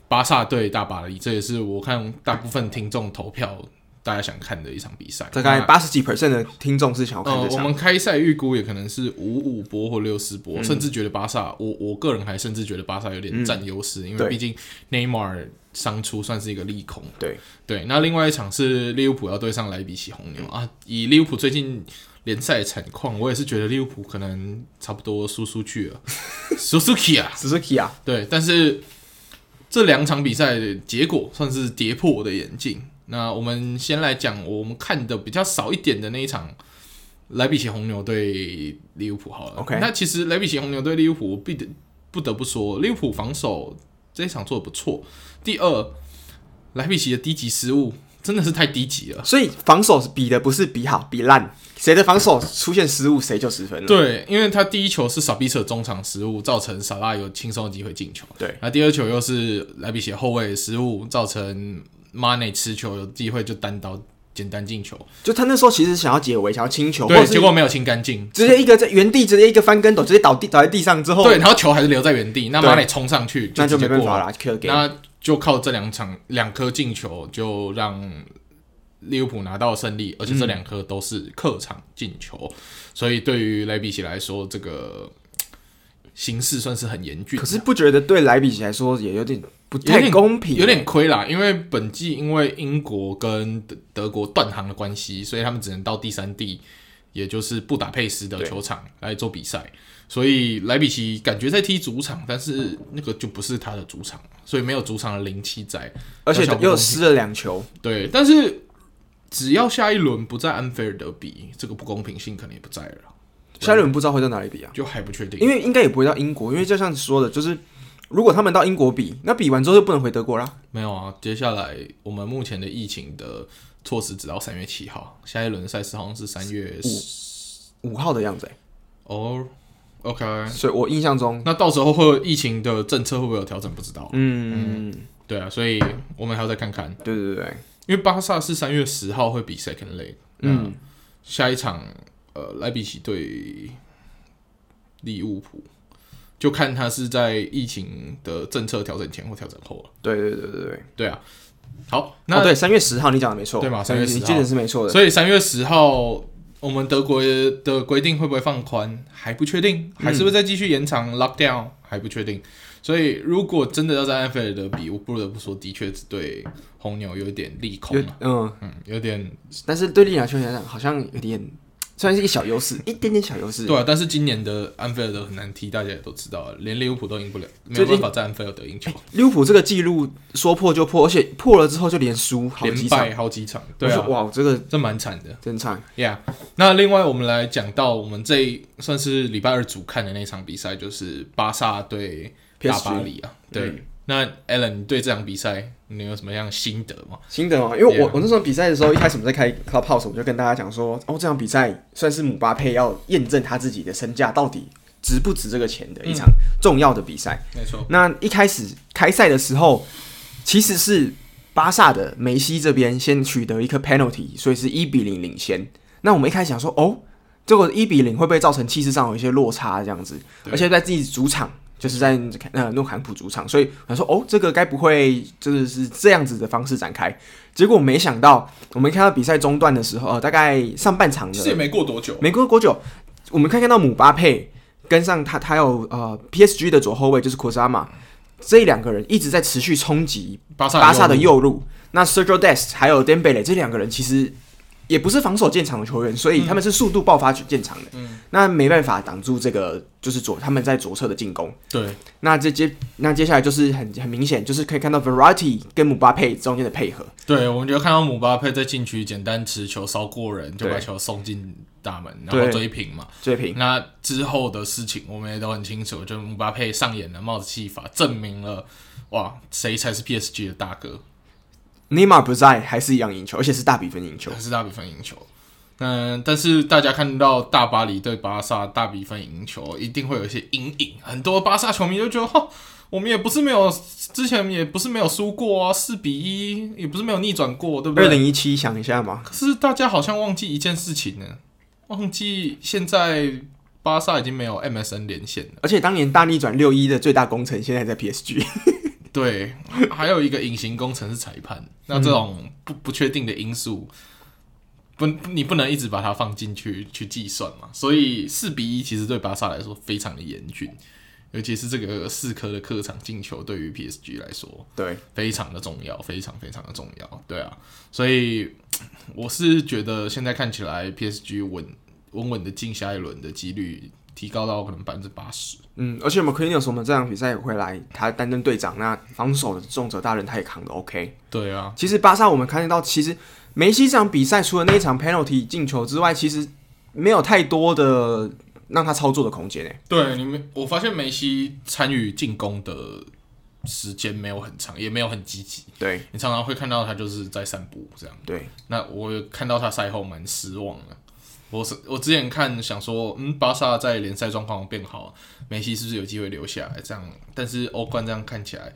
Speaker 2: 巴萨对大巴黎，这也是我看大部分听众投票大家想看的一场比赛。
Speaker 1: 大概
Speaker 2: 那
Speaker 1: 八十几 percent 的听众是想要看
Speaker 2: 呃，
Speaker 1: 这
Speaker 2: 我
Speaker 1: 场。嗯
Speaker 2: 们开赛预估也可能是五五波或六四波，甚至觉得巴萨，我我个人还甚至觉得巴萨有点占优势，因为
Speaker 1: 对
Speaker 2: 毕竟内马尔伤出算是一个利空。
Speaker 1: 对
Speaker 2: 对，那另外一场是利物浦要对上莱比锡红牛
Speaker 1: 嗯
Speaker 2: 啊，以利物浦最近联赛的惨况，我也是觉得利物浦可能差不多输出 去了，输出去啊。
Speaker 1: Suzuki 啊，
Speaker 2: 对，但是这两场比赛的结果算是跌破我的眼镜。那我们先来讲我们看的比较少一点的那一场，莱比锡红牛对利物浦好了。
Speaker 1: OK
Speaker 2: 那其实莱比锡红牛对利物浦，我必得不得不说，利物浦防守这一场做的不错。第二，莱比锡的低级失误真的是太低级了。
Speaker 1: 所以防守比的不是比好，比烂，谁的防守出现失误，谁就失分了。
Speaker 2: 对，因为他第一球是萨比彻中场失误，造成萨拉有轻松的机会进球。
Speaker 1: 对，
Speaker 2: 那第二球又是莱比锡后卫的失误，造成马内持球有机会就单刀简单进球，
Speaker 1: 就他那时候其实想要解围，想要清球，或
Speaker 2: 对，
Speaker 1: 者是
Speaker 2: 结果没有清干净。
Speaker 1: 直接一个在原地直接一个翻跟斗，直接倒地倒在地上之后，
Speaker 2: 对，然后球还是留在原地，那
Speaker 1: 对
Speaker 2: 马内冲上去
Speaker 1: 那就
Speaker 2: 直接
Speaker 1: 没办
Speaker 2: 过
Speaker 1: 法
Speaker 2: 了，
Speaker 1: 啦，kill game。
Speaker 2: 那就靠这两场两颗进球就让利物浦拿到胜利，而且这两颗都是客场进球，
Speaker 1: 嗯
Speaker 2: 所以对于莱比锡来说，这个嘖形势算是很严峻。
Speaker 1: 可是不觉得对莱比锡来说也有点不
Speaker 2: 有
Speaker 1: 太
Speaker 2: 点
Speaker 1: 公平，啊
Speaker 2: 有点亏啦，因为本季因为英国跟德德国断航的关系，所以他们只能到第三地，也就是布达佩斯的球场来做比赛。所以莱比锡感觉在踢主场，但是那个就不是他的主场，所以没有主场的灵气在。
Speaker 1: 而且
Speaker 2: 小小不公平
Speaker 1: 又失了两球。
Speaker 2: 对，但是只要下一轮不在安菲尔德比，这个不公平性可能也不在了，
Speaker 1: 下一轮不知道会到哪里比啊？
Speaker 2: 就还不确定。
Speaker 1: 因为应该也不会到英国，因为就像你说的，就是如果他们到英国比，那比完之后就不能回德国啦。
Speaker 2: 没有啊，接下来我们目前的疫情的措施只到三月七号，下一轮赛事好像是三月
Speaker 1: 五号的样子欸、
Speaker 2: 哦、o k
Speaker 1: 所以我印象中，
Speaker 2: 那到时候会有疫情的政策会不会有调整？不知道。
Speaker 1: 嗯，
Speaker 2: 对啊，所以我们还要再看看，
Speaker 1: 对对对对，
Speaker 2: 因为巴萨是三月十号会比 Second Leg，嗯，下一场呃莱比锡对利物浦，就看他是在疫情的政策调整前或调整后了。
Speaker 1: 对对对对对。
Speaker 2: 对啊，好，
Speaker 1: 那、
Speaker 2: 那、
Speaker 1: 对三月十号你讲的没错，
Speaker 2: 对嘛3月10号
Speaker 1: 你记得是没错的。
Speaker 2: 所以三月十号我们德国的规定会不会放宽还不确定，还是会再继续延长
Speaker 1: 嗯
Speaker 2: lockdown、还不确定。所以如果真的要在安菲尔德比，我不得不说，的确是对红牛有一点利空
Speaker 1: 有
Speaker 2: 啊，
Speaker 1: 嗯，
Speaker 2: 嗯，有点
Speaker 1: 但是对利雅球员来讲好像有点，虽然是一个小优势，一点点小优势，
Speaker 2: 对啊。但是今年的安菲尔德很难踢，大家也都知道，连利物浦都赢不了，没
Speaker 1: 最
Speaker 2: 有
Speaker 1: 近
Speaker 2: 办法在安菲尔德赢球，
Speaker 1: 利物浦这个记录说破就破，而且破了之后就连输哎好
Speaker 2: 连
Speaker 1: 几场。
Speaker 2: 败好几场，
Speaker 1: 我
Speaker 2: 对
Speaker 1: 说
Speaker 2: 啊，
Speaker 1: 哇，这个
Speaker 2: 这蛮惨的。
Speaker 1: 真惨。
Speaker 2: Yeah，那另外我们来讲到我们这一算是礼拜二主看的那场比赛，就是巴萨对大
Speaker 1: PSG
Speaker 2: 巴黎啊。对，
Speaker 1: 嗯
Speaker 2: 那 Alan 你对这场比赛你有什么样的心得吗？
Speaker 1: 心得嘛，因为我
Speaker 2: Yeah
Speaker 1: 我那时候比赛的时候，一开始我们在开 Clubhouse，我就跟大家讲说，哦，这场比赛算是姆巴佩要验证他自己的身价到底值不值这个钱的一场重要的比赛。
Speaker 2: 没错，
Speaker 1: 那一开始开赛的时候，其实是巴萨的梅西这边先取得一颗 penalty，所以是一比零领先。那我们一开始想说，哦，这个一比零会不会造成气势上有一些落差这样子？
Speaker 2: 对
Speaker 1: 而且在自己主场，就是在呃诺坎普主场，所以我想说，哦，这个该不会就是是这样子的方式展开？结果没想到，我们看到比赛中段的时候，呃，大概上半场
Speaker 2: 其
Speaker 1: 的
Speaker 2: 实也没过多久，
Speaker 1: 美国国酒，我们可以看到姆巴佩跟上他，他有呃 PSG 的左后卫就是库萨马，这两个人一直在持续冲击
Speaker 2: 巴萨
Speaker 1: 巴萨的
Speaker 2: 右
Speaker 1: 右路。那 Sergio Dest 还有 Dembele 这两个人其实也不是防守见长的球员，
Speaker 2: 嗯
Speaker 1: 所以他们是速度爆发见长的。那没办法挡住这个就是左他们在左侧的进攻。
Speaker 2: 对
Speaker 1: 那这接那接下来就是很很明显，就是可以看到 Variety 跟姆巴佩中间的配合。
Speaker 2: 对，我们就看到姆巴佩在禁区简单持球烧过人，就把
Speaker 1: 对
Speaker 2: 球送进大门，然后
Speaker 1: 对
Speaker 2: 追平嘛。
Speaker 1: 追平，
Speaker 2: 那之后的事情我们也都很清楚，就姆巴佩上演了帽子戏法，证明了哇，谁才是 PSG 的大哥。
Speaker 1: 内马尔不在，还是一样赢球，而且是大比分赢球
Speaker 2: 还。是大比分赢球。嗯，但是大家看到大巴黎对巴萨大比分赢球，一定会有一些阴影。很多巴萨球迷就觉得，哈，我们也不是没有，之前也不是没有输过啊，四比一也不是没有逆转过，对不
Speaker 1: 二
Speaker 2: 对？
Speaker 1: 零一七，想一下嘛，
Speaker 2: 可是大家好像忘记一件事情呢，忘记现在巴萨已经没有 MSN 连线了。
Speaker 1: 而且当年大逆转六一的最大功臣，现在在 PSG。
Speaker 2: 对，还有一个隐形工程是裁判。那这种不不确定的因素，不你不能一直把它放进去去计算嘛。所以四比一其实对巴萨来说非常的严峻，尤其是这个四颗的客场进球，对于 PSG 来说
Speaker 1: 对，
Speaker 2: 非常的重要，非常非常的重要。对啊，所以我是觉得现在看起来 PSG 稳稳稳的进下一轮的几率提高到可能百分之八十。
Speaker 1: 嗯，而且我们 Quinio 我们这场比赛也回来，他担任队长，那防守的重责大任他也扛得 OK。
Speaker 2: 对啊，
Speaker 1: 其实巴萨我们看得到，其实梅西这场比赛除了那一场 penalty 进球之外，其实没有太多的让他操作的空间欸诶。
Speaker 2: 对你们，我发现梅西参与进攻的时间没有很长，也没有很积极。
Speaker 1: 对
Speaker 2: 你常常会看到他就是在散步这样。
Speaker 1: 对，
Speaker 2: 那我有看到他赛后蛮失望的。我是我之前看想说，嗯，巴萨在联赛状况变好，梅西是不是有机会留下来？这样，但是欧冠这样看起来，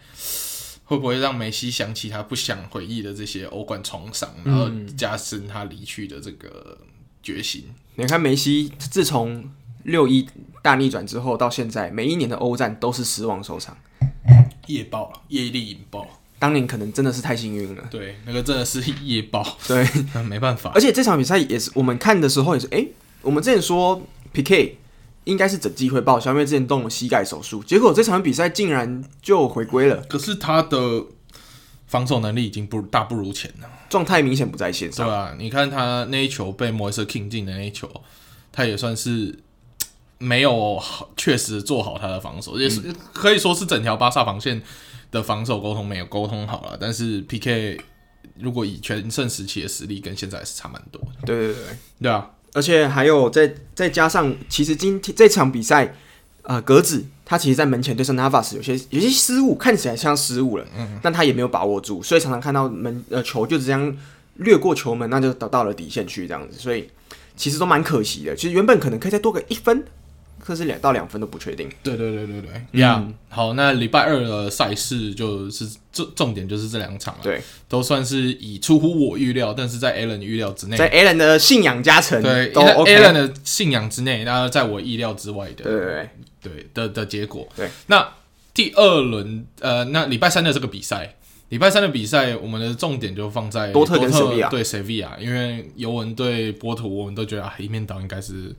Speaker 2: 会不会让梅西想起他不想回忆的这些欧冠创伤，然后加深他离去的这个决心？
Speaker 1: 你看梅西自从六一大逆转之后到现在，每一年的欧战都是失望收场。
Speaker 2: 夜爆了，业力引爆。
Speaker 1: 当年可能真的是太幸运了。
Speaker 2: 对，那个真的是夜爆，
Speaker 1: 对，
Speaker 2: 那没办法。
Speaker 1: 而且这场比赛也是我们看的时候也是，诶，我们之前说 PK 应该是整季会报销，因为之前动了膝盖手术，结果这场比赛竟然就回归了，
Speaker 2: 可是他的防守能力已经不大不如前了，
Speaker 1: 状态明显不在线
Speaker 2: 对
Speaker 1: 上。
Speaker 2: 吧、你看他那一球被摩伊斯 king 进的那一球，他也算是嘖没有好确实做好他的防守，也是、可以说是整条巴萨防线的防守沟通没有沟通好了。但是 PK 如果以全盛时期的实力跟现在还是差蛮多的，
Speaker 1: 对对对对，
Speaker 2: 对啊，
Speaker 1: 而且还有再再加上，其实今天这场比赛，呃，格子他其实在门前对上 Navas 有些有些失误，看起来像失误了，
Speaker 2: 嗯
Speaker 1: 但他也没有把握住，所以常常看到门呃球就这样掠过球门，那就到到了底线去这样子，所以其实都蛮可惜的。其实原本可能可以再多个一分，可是两到两分都不确定。
Speaker 2: 对对对对对，嗯呀、好，那礼拜二的赛事就是重重点就是这两场了。
Speaker 1: 对，
Speaker 2: 都算是以出乎我预料，但是在 Alan 预料之内，
Speaker 1: 在 Alan 的信仰加成，
Speaker 2: 对
Speaker 1: 都
Speaker 2: Alan-
Speaker 1: OK，
Speaker 2: Alan 的信仰之内，然后在我意料之外
Speaker 1: 对
Speaker 2: 的，
Speaker 1: 对对，
Speaker 2: 对的的结果。
Speaker 1: 对，
Speaker 2: 那第二轮呃，那礼拜三的这个比赛，礼拜三的比赛，我们的重点就放在
Speaker 1: 多特跟 Sevilla
Speaker 2: 对 Sevilla，因为尤文对波图，我们都觉得啊，一面倒应该是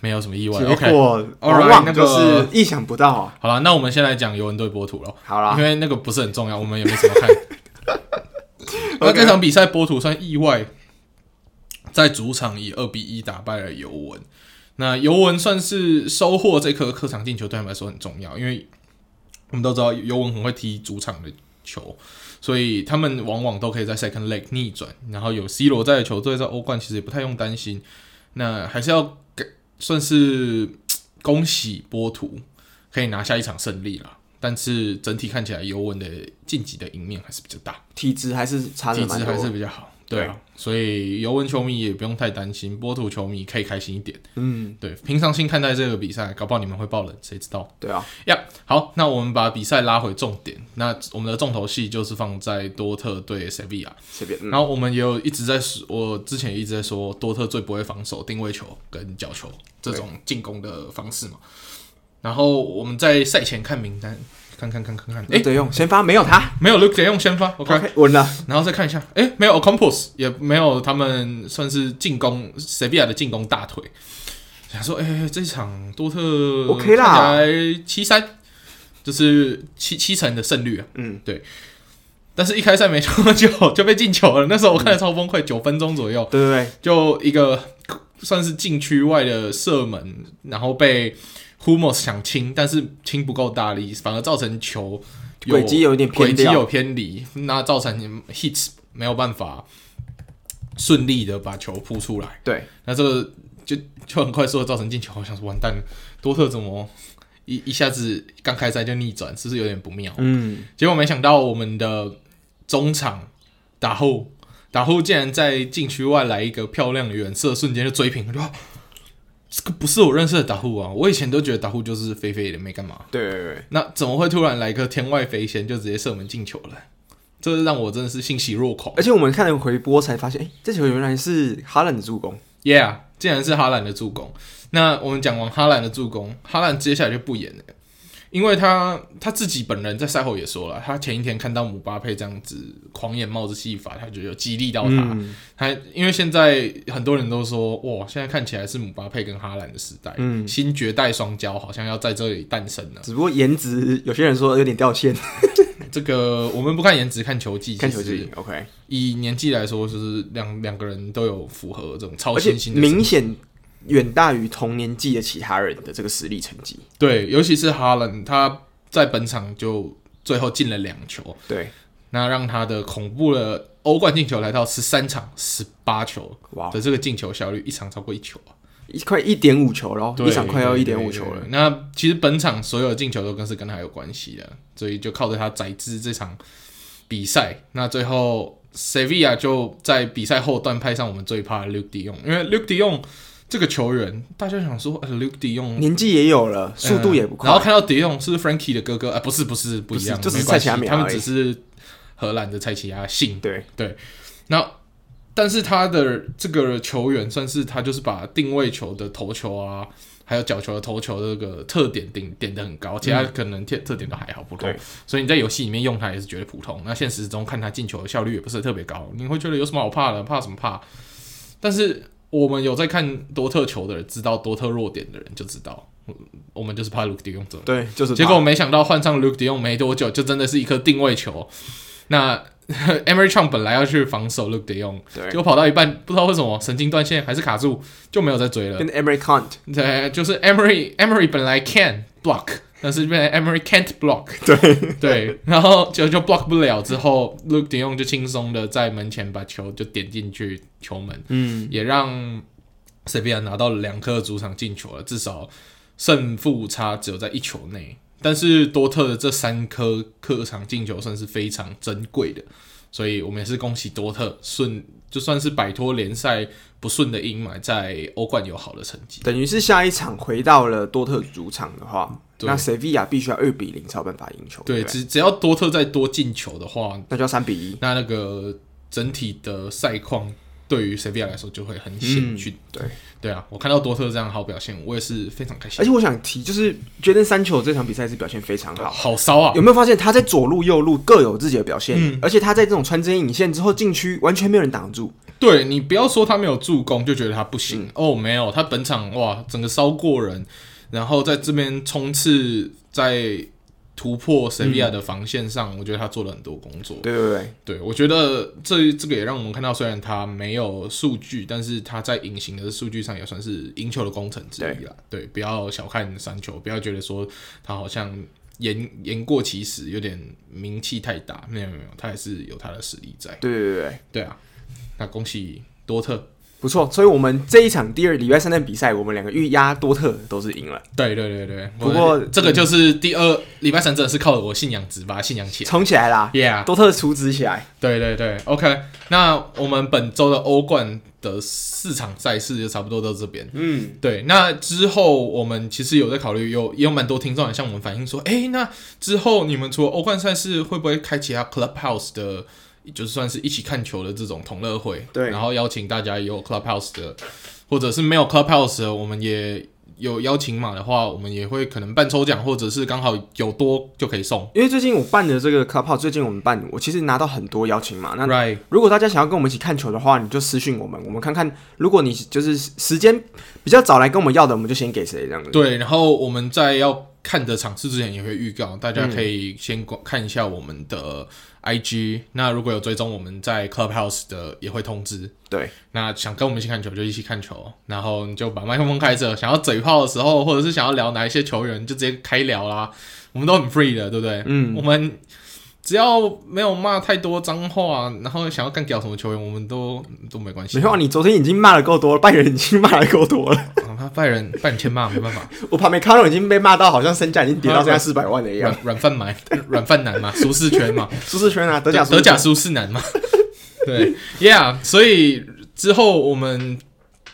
Speaker 2: 没有什么意外。
Speaker 1: 结
Speaker 2: OK，
Speaker 1: 果
Speaker 2: All
Speaker 1: 往
Speaker 2: right，
Speaker 1: 往就
Speaker 2: 那
Speaker 1: 是
Speaker 2: 个
Speaker 1: 意想不到啊。
Speaker 2: 好了，那我们先来讲尤文对波图了，
Speaker 1: 好啦
Speaker 2: 因，为那个不是很重要，我们也没什么看。 那这场比赛，波图算意外，在主场以二比一打败了尤文。那尤文算是收获这颗客场进球，对他们来说很重要，因为我们都知道尤文很会踢主场的球，所以他们往往都可以在 second leg 逆转。然后有 C 罗在的球队，在欧冠其实也不太用担心。那还是要给算是恭喜波图可以拿下一场胜利啦。但是整体看起来，尤文的晋级的赢面还是比较大。
Speaker 1: 体质还是差
Speaker 2: 体
Speaker 1: 的
Speaker 2: 质
Speaker 1: 蛮
Speaker 2: 还
Speaker 1: 多
Speaker 2: 是
Speaker 1: 的。
Speaker 2: 比较好。对啊，所以尤文球迷也不用太担心，波图球迷可以开心一点。
Speaker 1: 嗯，
Speaker 2: 对，平常心看待这个比赛，搞不好你们会爆冷，谁知道
Speaker 1: 对啊，
Speaker 2: 呀好，那我们把比赛拉回重点，那我们的重头戏就是放在多特对 Sevilla。
Speaker 1: 随便。嗯
Speaker 2: 然后我们也有一直在说，我之前也一直在说，多特最不会防守定位球跟角球这种进攻的方式嘛。然后我们在赛前看名单，看看看看看，
Speaker 1: 哎，
Speaker 2: 诶，
Speaker 1: 得用先发没有他
Speaker 2: 没有 Luke 得用先发，OK，
Speaker 1: ，OK，稳了。
Speaker 2: 然后再看一下，哎，没有 o c o m p o s 也没有他们算是进攻 s e v i a 的进攻大腿。想说，哎，这场多特
Speaker 1: OK 啦
Speaker 2: 看起来七三，就是七七成的胜率啊。
Speaker 1: 嗯，
Speaker 2: 但是一开赛没多久 就被进球了，那时候我看的超崩溃，九分钟左右
Speaker 1: 对对
Speaker 2: 就一个算是禁区外的射门，然后被 Humus 想清，但是清不够大力，反而造成球
Speaker 1: 对，轨迹有一点
Speaker 2: 轨
Speaker 1: 偏
Speaker 2: 迹
Speaker 1: 掉。
Speaker 2: 有偏离，那造成 hits 没有办法顺利的把球扑出来，
Speaker 1: 对，
Speaker 2: 那这个就就很快速的造成进球。我想说，完蛋，多特怎么一一下子刚开赛就逆转，是不是有点不妙？
Speaker 1: 嗯，
Speaker 2: 结果没想到我们的中场打后打后竟然在禁区外来一个漂亮的远射，瞬间就追平，我就哇这个不是我认识的打呼啊！我以前都觉得打呼就是飞飞的，没干嘛。
Speaker 1: 对对对，
Speaker 2: 那怎么会突然来个天外飞仙，就直接射门进球了？这是让我真的是欣喜若狂。
Speaker 1: 而且我们看了回播才发现，哎，这球原来是哈兰的助攻。
Speaker 2: Yeah，竟然是哈兰的助攻。那我们讲完哈兰的助攻，哈兰接下来就不演了，因为他他自己本人在赛后也说了，他前一天看到姆巴佩这样子狂演帽子戏法，他觉得有激励到他。
Speaker 1: 嗯
Speaker 2: 他因为现在很多人都说，哇，现在看起来是姆巴佩跟哈兰的时代，
Speaker 1: 嗯，
Speaker 2: 新绝代双骄好像要在这里诞生了。
Speaker 1: 只不过颜值有些人说有点掉线，
Speaker 2: 这个我们不看颜值，看球技，
Speaker 1: 看球技。OK，
Speaker 2: 以年纪来说，就是两两个人都有符合这种超
Speaker 1: 而且
Speaker 2: 新星的
Speaker 1: 明显远大于同年纪的其他人的这个实力成绩。
Speaker 2: 对，尤其是哈兰，他在本场就最后进了两球，
Speaker 1: 对，
Speaker 2: 那让他的恐怖的欧冠进球来到十三场十八球
Speaker 1: 哇，
Speaker 2: 的这个进球效率，一场超过一球啊，
Speaker 1: 一快一点五球喽，
Speaker 2: 对
Speaker 1: 一场快要
Speaker 2: 对
Speaker 1: 一点五
Speaker 2: 对
Speaker 1: 球
Speaker 2: 对
Speaker 1: 了。
Speaker 2: 那其实本场所有进球都跟是跟他有关系的，所以就靠着他宰制这场比赛。那最后 Sevilla 就在比赛后段派上我们最怕的 Luke De Jong，因为 Luke De Jong 这个球员，大家想说、呃、Luke De Jong 哎
Speaker 1: 年纪也有了，速度也不快。
Speaker 2: 嗯
Speaker 1: 啊
Speaker 2: 然后看到迪用是 Frankie 的哥哥，啊、不是不是不一样，
Speaker 1: 不是就只
Speaker 2: 没
Speaker 1: 是蔡
Speaker 2: 关系
Speaker 1: 奇亚米亚
Speaker 2: 他们
Speaker 1: 而
Speaker 2: 只
Speaker 1: 已
Speaker 2: 是荷兰的蔡奇亚姓。
Speaker 1: 对，
Speaker 2: 那但是他的这个球员算是他就是把定位球的头球啊，还有角球的头球的这个特点顶点的很高，其他可能特特点都还好不够
Speaker 1: 对，
Speaker 2: 所以你在游戏里面用他也是觉得普通。那现实中看他进球的效率也不是特别高，你会觉得有什么好怕的？怕什么怕？但是我们有在看多特球的人，知道多特弱点的人就知道，嗯我们就是怕卢迪用这种。
Speaker 1: 对，就是他
Speaker 2: 结果没想到换上 Luke De Jong 没多久，就真的是一颗定位球。那 Emery Chung 本来要去防守 Luke De Jong，
Speaker 1: 对
Speaker 2: 结果跑到一半，不知道为什么神经断线还是卡住，就没有再追了
Speaker 1: 跟。Emery Cant
Speaker 2: 对，就是 Emery Emery 本来 can block，但是变成 Emery can't block 对。 对然后就就 block 不了，之后 Luke De Jong 就轻松的在门前把球就点进去球门。
Speaker 1: 嗯，
Speaker 2: 也让 Sevilla 拿到了两颗主场进球了，至少胜负差只有在一球内。但是多特的这三颗客场进球算是非常珍贵的，所以我们也是恭喜多特顺，就算是摆脱联赛不顺的阴霾，在欧冠有好的成绩。
Speaker 1: 等于是下一场回到了多特主场的话，
Speaker 2: 对
Speaker 1: 那 Sevilla 必须要二比零才有办法赢球，对
Speaker 2: 对，
Speaker 1: 不对，
Speaker 2: 只只要多特再多进球的话，
Speaker 1: 那就要三比一。
Speaker 2: 那那个整体的赛况对于 C V 来说就会很险峻。
Speaker 1: 对，
Speaker 2: 对啊，我看到多特这样好表现，我也是非常开心
Speaker 1: 而。且我想提，就是杰登三球这场比赛是表现非常好。
Speaker 2: 好骚啊！
Speaker 1: 有没有发现他在左路、右路各有自己的表现？
Speaker 2: 嗯
Speaker 1: 而且他在这种穿针引线之后禁区，完全没有人挡住。
Speaker 2: 对你不要说他没有助攻就觉得他不行、哦，没有，他本场哇整个烧过人，然后在这边冲刺，在突破 C V 的防线上，我觉得他做了很多工作。
Speaker 1: 对对对，
Speaker 2: 对，我觉得这这个也让我们看到，虽然他没有数据，但是他在隐形的数据上也算是赢球的功臣之一啦。对，不要小看三球，不要觉得说他好像言言过其实，有点名气太大。没有没有，他还是有他的实力在。
Speaker 1: 对对对对，
Speaker 2: 对啊，那恭喜多特。
Speaker 1: 不错。所以我们这一场第二礼拜三的比赛，我们两个预压多特都是赢了。
Speaker 2: 对对对对，
Speaker 1: 不过
Speaker 2: 我这个就是第二礼拜三，真的是靠我信仰值把它信仰起来。
Speaker 1: 冲起来啦！
Speaker 2: Yeah，
Speaker 1: 多特出值起来，
Speaker 2: 对对对，OK。那我们本周的欧冠的四场赛事就差不多到这边。
Speaker 1: 嗯，
Speaker 2: 对，那之后我们其实有在考虑，有也有蛮多听众也向我们反映说，哎、那之后你们除了欧冠赛事，会不会开其他 Clubhouse 的，就是算是一起看球的这种同乐会？
Speaker 1: 对
Speaker 2: 然后邀请大家也有 Clubhouse 的，或者是没有 Clubhouse 的，我们也有邀请码的话，我们也会可能办抽奖，或者是刚好有多就可以送。
Speaker 1: 因为最近我办的这个 Clubhouse，最近我们办，我其实拿到很多邀请码。那
Speaker 2: Right，
Speaker 1: 如果大家想要跟我们一起看球的话，你就私信我们，我们看看。如果你就是时间比较早来跟我们要的，我们就先给谁这样子。
Speaker 2: 对，然后我们在要看的场次之前也会预告，大家可以先观看一下我们的 IG、那如果有追踪我们在 Clubhouse 的，也会通知。
Speaker 1: 对
Speaker 2: 那想跟我们一起看球就一起看球，然后你就把麦克风开着，想要嘴炮的时候，或者是想要聊哪一些球员，就直接开聊啦。我们都很 free 的，对不对？嗯，我们只要没有骂太多脏话，然后想要干掉什么球员，我们都都没关系。
Speaker 1: 没有啊，你昨天已经骂的够多了，拜仁已经骂的够多了，
Speaker 2: 啊，他拜仁拜仁欠骂，没办法。
Speaker 1: 我旁边 c a r 已经被骂到好像身价已 经跌到剩下四百万了一样
Speaker 2: 软。软饭男，软饭男嘛，舒适圈嘛，
Speaker 1: 舒适圈啊，德甲
Speaker 2: 德
Speaker 1: 舒
Speaker 2: 甲舒适男嘛， 对，Yeah，所以之后我们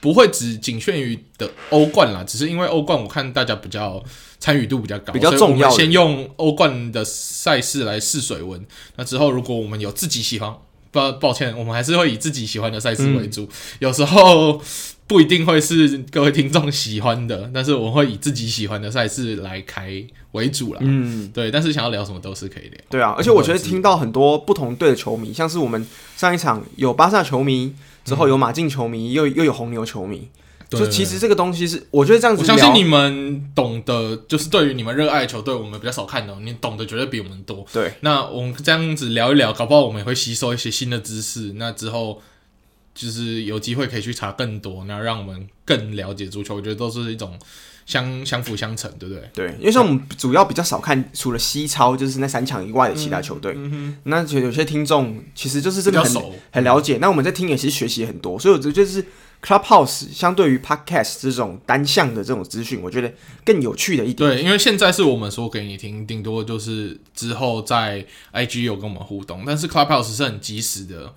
Speaker 2: 不会只仅限于的欧冠啦，只是因为欧冠我看大家比较参与度比较高，
Speaker 1: 比较
Speaker 2: 所以
Speaker 1: 重要的
Speaker 2: 我们先用欧冠的赛事来试水温。那之后如果我们有自己喜欢，抱抱歉，我们还是会以自己喜欢的赛事为主，
Speaker 1: 嗯
Speaker 2: 有时候。不一定会是各位听众喜欢的，但是我会以自己喜欢的赛事来开为主啦。
Speaker 1: 嗯，
Speaker 2: 对，但是想要聊什么都是可以聊。
Speaker 1: 对啊，而且我觉得听到很多不同队的球迷，像是我们上一场有巴萨球迷，之后有马竞球迷，又又有红牛球迷，
Speaker 2: 对
Speaker 1: 就其实这个东西是，我觉得这样
Speaker 2: 我
Speaker 1: 子
Speaker 2: 相信
Speaker 1: 聊
Speaker 2: 你们懂得，就是对于你们热爱的球队，我们比较少看的，你懂得绝对比我们多。
Speaker 1: 对
Speaker 2: 那我们这样子聊一聊，搞不好我们也会吸收一些新的知识。那之后就是有机会可以去查更多，那让我们更了解足球，我觉得都是一种相相辅相成，对不对？
Speaker 1: 对，因为像我们主要比较少看，除了西超就是那三场以外的其他球队，那就有些听众其实就是真的
Speaker 2: 嗯比
Speaker 1: 很
Speaker 2: 较熟
Speaker 1: 很了解，那我们在听也其实学习很多，所以我觉得就是 Clubhouse 相对于 Podcast 这种单向的这种资讯，我觉得更有趣的一点。
Speaker 2: 对，因为现在是我们说给你听，顶多就是之后在 IG 有跟我们互动，但是 Clubhouse 是很及时的，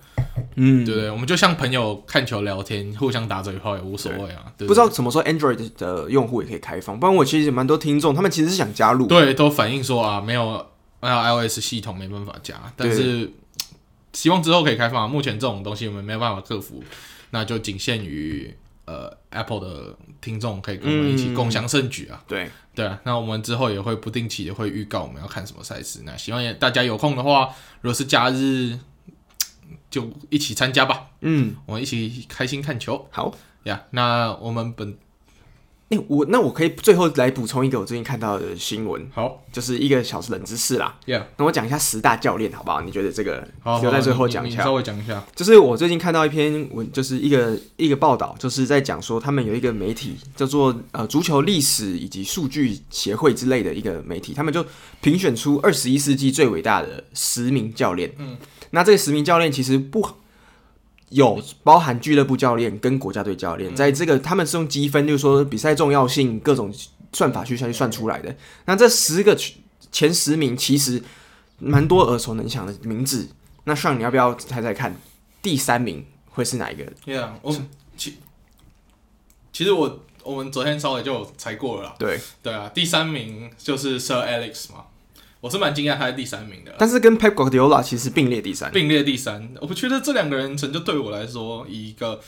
Speaker 1: 嗯，
Speaker 2: 对不对？我们就像朋友看球聊天，互相打嘴炮也无所谓啊，对
Speaker 1: 不知
Speaker 2: 对？
Speaker 1: 道什么时候 Android 的用户也可以开放，不然我其实有蛮多听众，他们其实是想加入，
Speaker 2: 对，都反映说啊，没有啊 iOS 系统没办法加，但是希望之后可以开放啊。目前这种东西我们没有办法克服，那就仅限于呃 Apple 的听众可以跟我们一起
Speaker 1: 嗯
Speaker 2: 共享盛举啊。
Speaker 1: 对
Speaker 2: 对啊，那我们之后也会不定期的会预告我们要看什么赛事，那希望也大家有空的话，如果是假日就一起参加吧，
Speaker 1: 嗯，
Speaker 2: 我们一起开心看球
Speaker 1: 好，
Speaker 2: 呀。那我们本
Speaker 1: 哎、我那我可以最后来补充一个我最近看到的新闻，
Speaker 2: 好
Speaker 1: 就是一个小时冷知识啦。
Speaker 2: 呀，
Speaker 1: 那我讲一下十大教练好不好？你觉得这个
Speaker 2: 好，
Speaker 1: 留在最后
Speaker 2: 你
Speaker 1: 讲一
Speaker 2: 你
Speaker 1: 下
Speaker 2: 稍。微讲一下，
Speaker 1: 就是我最近看到一篇文，就是一个一个报道，就是在讲说他们有一个媒体叫做呃足球历史以及数据协会之类的一个媒体，他们就评选出二十一世纪最伟大的十名教练。嗯，那这个十名教练其实不有包含俱乐部教练跟国家队教练，在这个他们是用积分，就是说比赛重要性各种算法去下去算出来的。那这十个前十名其实蛮多耳熟能详的名字。那上你要不要猜猜看？第三名会是哪一个？
Speaker 2: Yeah，我其其实我我们昨天稍微就有猜过了啦。
Speaker 1: 对，
Speaker 2: 对啊，第三名就是 Sir Alex 嘛，我是蛮惊讶他在第三名的，
Speaker 1: 但是跟 Pep Guardiola 其实并列第三。
Speaker 2: 并列第三。我觉得这两个人成就对我来说，以一个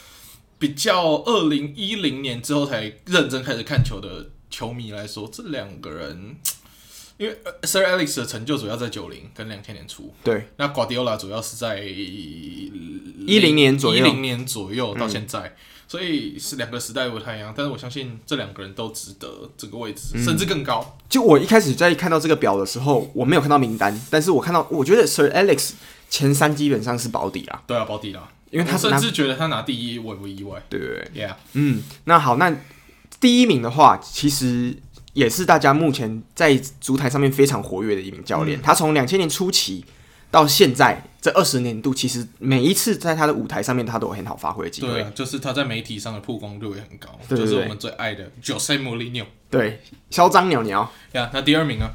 Speaker 2: 比较二零一零年之后才认真开始看球的球迷来说，这两个人，因为呃 Sir Alex 的成就主要在九零跟两千年初，
Speaker 1: 对，
Speaker 2: 那 Guardiola 主要是在一
Speaker 1: 10年左右嗯
Speaker 2: 一零年左右到现在，所以是两个时代不太一样。但是我相信这两个人都值得这个位
Speaker 1: 嗯
Speaker 2: 置，甚至更高。
Speaker 1: 就我一开始在看到这个表的时候，我没有看到名单，但是我看到，我觉得 Sir Alex 前三基本上是保底啦，
Speaker 2: 对啊，保底啦，
Speaker 1: 因为他
Speaker 2: 我
Speaker 1: 是
Speaker 2: 甚
Speaker 1: 拿
Speaker 2: 至觉得他拿第一，我也不意外。
Speaker 1: 对对对，
Speaker 2: Yeah，
Speaker 1: 嗯，那好，那第一名的话，其实也是大家目前在足坛上面非常活跃的一名教练。他从两千年初期到现在这二十年度，其实每一次在他的舞台上面，他都有很好发挥的机
Speaker 2: 对
Speaker 1: 会。
Speaker 2: 啊，就是他在媒体上的曝光度也很高，
Speaker 1: 对对
Speaker 2: 就是
Speaker 1: 对
Speaker 2: 我们最爱的 Jose Mourinho。
Speaker 1: 对，嚣张袅袅。
Speaker 2: 呀、那第二名啊，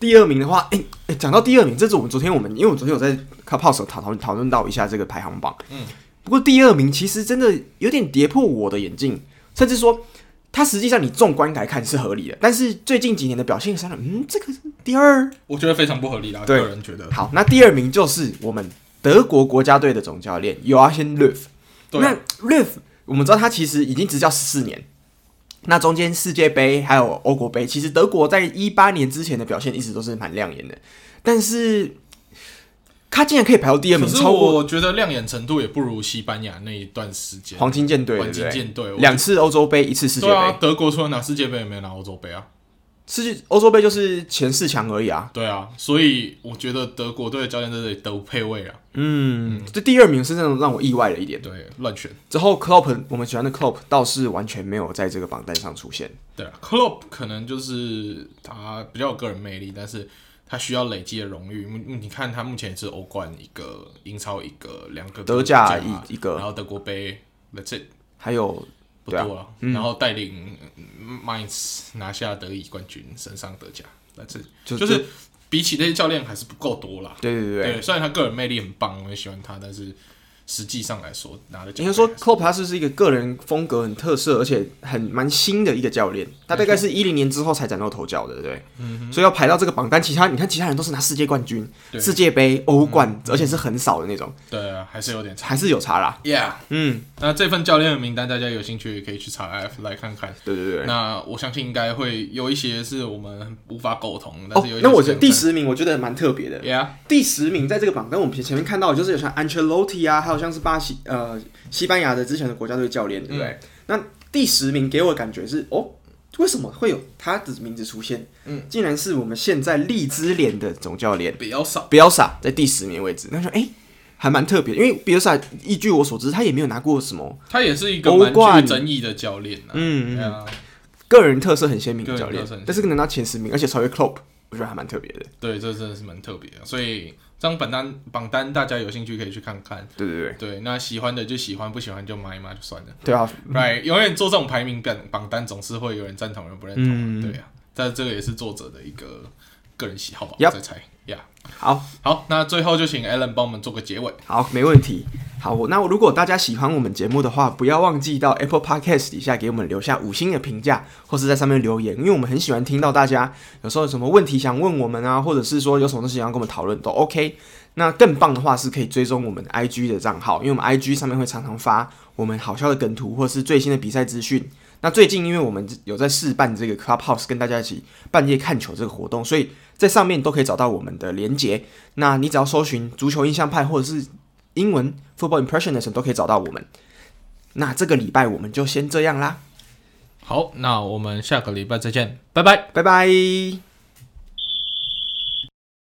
Speaker 1: 第二名的话，哎、哎，讲、到第二名，这是我们昨天我们，因为我昨天有在 c u p h o u s e 讨讨讨论到一下这个排行榜，
Speaker 2: 嗯，
Speaker 1: 不过第二名其实真的有点跌破我的眼镜，甚至说他实际上你纵观来看是合理的，但是最近几年的表现上，嗯，这个是第二
Speaker 2: 我觉得非常不合理啦，
Speaker 1: 对
Speaker 2: 个人觉得。
Speaker 1: 好，那第二名就是我们德国国家队的总教练 Joachim Löw，
Speaker 2: 对啊
Speaker 1: 那 Live，我们知道他其实已经执教十四年，那中间世界杯还有欧国杯，其实德国在一八年之前的表现一直都是蛮亮眼的，但是他竟然可以排到第二名，
Speaker 2: 可是
Speaker 1: 超过
Speaker 2: 我觉得亮眼程度也不如西班牙那一段时间，
Speaker 1: 黄金舰队，对
Speaker 2: 黄
Speaker 1: 不
Speaker 2: 金
Speaker 1: 对？
Speaker 2: 舰队。我
Speaker 1: 两次欧洲杯，一次世界
Speaker 2: 对啊
Speaker 1: 杯，，
Speaker 2: 德国除了拿世界杯，也没有拿欧洲杯啊。
Speaker 1: 世界欧洲杯就是前四强而已啊。
Speaker 2: 对啊，所以我觉得德国队的教练在这里都配位啊，
Speaker 1: 嗯，这第二名是那种让我意外的一点。
Speaker 2: 对，乱选。
Speaker 1: 之后 Klopp，我们喜欢的 Klopp 倒是完全没有在这个榜单上出现。
Speaker 2: 对啊，Klopp 可能就是他比较有个人魅力，但是他需要累积的荣誉。嗯你看他目前也是欧冠一个，英超一个，两个
Speaker 1: 德甲一一个
Speaker 2: 然后德国杯，That's it，
Speaker 1: 还有
Speaker 2: 不
Speaker 1: 对啊
Speaker 2: 多了。然后带领嗯 Mainz 拿下德乙冠军，升上德甲，That's it。
Speaker 1: 就
Speaker 2: 就是比起那些教练还是不够多啦。
Speaker 1: 对对对对，
Speaker 2: 对，虽然他个人魅力很棒，我很喜欢他，但是实际上来说拿的奖
Speaker 1: 应该
Speaker 2: 杯
Speaker 1: 说
Speaker 2: 还是
Speaker 1: Klopp 他是是一个个人风格很特色，而且很蛮新的一个教练。他
Speaker 2: 嗯
Speaker 1: 大概是一零年之后才崭露头角的，对不对？所以要排到这个榜单，其他你看其他人都是拿世界冠军、
Speaker 2: 对嗯
Speaker 1: 世界杯、欧冠，而且是很少的那种，
Speaker 2: 对啊，还是有点差。
Speaker 1: 还是有差啦。
Speaker 2: Yeah，
Speaker 1: 嗯，
Speaker 2: 那这份教练的名单，大家有兴趣也可以去查 F 来看看。
Speaker 1: 对对对。
Speaker 2: 那我相信应该会有一些是我们无法苟同，但
Speaker 1: 哦
Speaker 2: 是有一，些
Speaker 1: 那我觉
Speaker 2: 是
Speaker 1: 得
Speaker 2: 有
Speaker 1: 第十名我觉得蛮特别的。
Speaker 2: ，Yeah，
Speaker 1: 第十名在这个榜单，我们前前面看到的就是有像 Ancelotti 啊，还有像是巴西呃西班牙的之前的国家队教练，对不对？
Speaker 2: 嗯
Speaker 1: 那第十名给我的感觉是哦，为什么会有他的名字出现？嗯，竟然是我们现在利兹联的总教练
Speaker 2: 比较少，
Speaker 1: 比尔萨在第十名位置，那说哎。还蛮特别，因为比尔萨，依据我所知，他也没有拿过什么
Speaker 2: 他也是一个
Speaker 1: 欧
Speaker 2: 蛮
Speaker 1: 冠
Speaker 2: 具争议的教练啊。
Speaker 1: 嗯
Speaker 2: 对啊，
Speaker 1: 个人特色很鲜明的教
Speaker 2: 个人
Speaker 1: 练
Speaker 2: 特色很鲜，明
Speaker 1: 但是能到前十名，而且超越 Klopp，我觉得还蛮特别的。
Speaker 2: 对，这真的是蛮特别的。所以这张榜单榜单大家有兴趣可以去看看。
Speaker 1: 对对对，
Speaker 2: 对，那喜欢的就喜欢，不喜欢就买嘛，就算了。
Speaker 1: 对啊，
Speaker 2: Right，永远做这种排名榜榜单，总是会有人赞同，有人不认同啊。
Speaker 1: 嗯
Speaker 2: 对啊，但这个也是作者的一个个人喜好吧，我
Speaker 1: Yup
Speaker 2: 在猜。Yeah，
Speaker 1: 好，
Speaker 2: 好，那最后就请 Alan 帮我们做个结尾。
Speaker 1: 好，没问题。好，我那如果大家喜欢我们节目的话，不要忘记到 Apple Podcast 底下给我们留下五星的评价，或是在上面留言，因为我们很喜欢听到大家有时候有什么问题想问我们啊，或者是说有什么东西想要跟我们讨论都 OK。那更棒的话是可以追踪我们 IG 的账号，因为我们 IG 上面会常常发我们好笑的梗图或是最新的比赛资讯。那最近因为我们有在试办这个 Clubhouse 跟大家一起半夜看球这个活动，所以在上面都可以找到我们的连结。那你只要搜寻足球印象派或者是英文 Football Impressionism 都可以找到我们。那这个礼拜我们就先这样啦，
Speaker 2: 好，那我们下个礼拜再见，拜拜。
Speaker 1: 拜拜。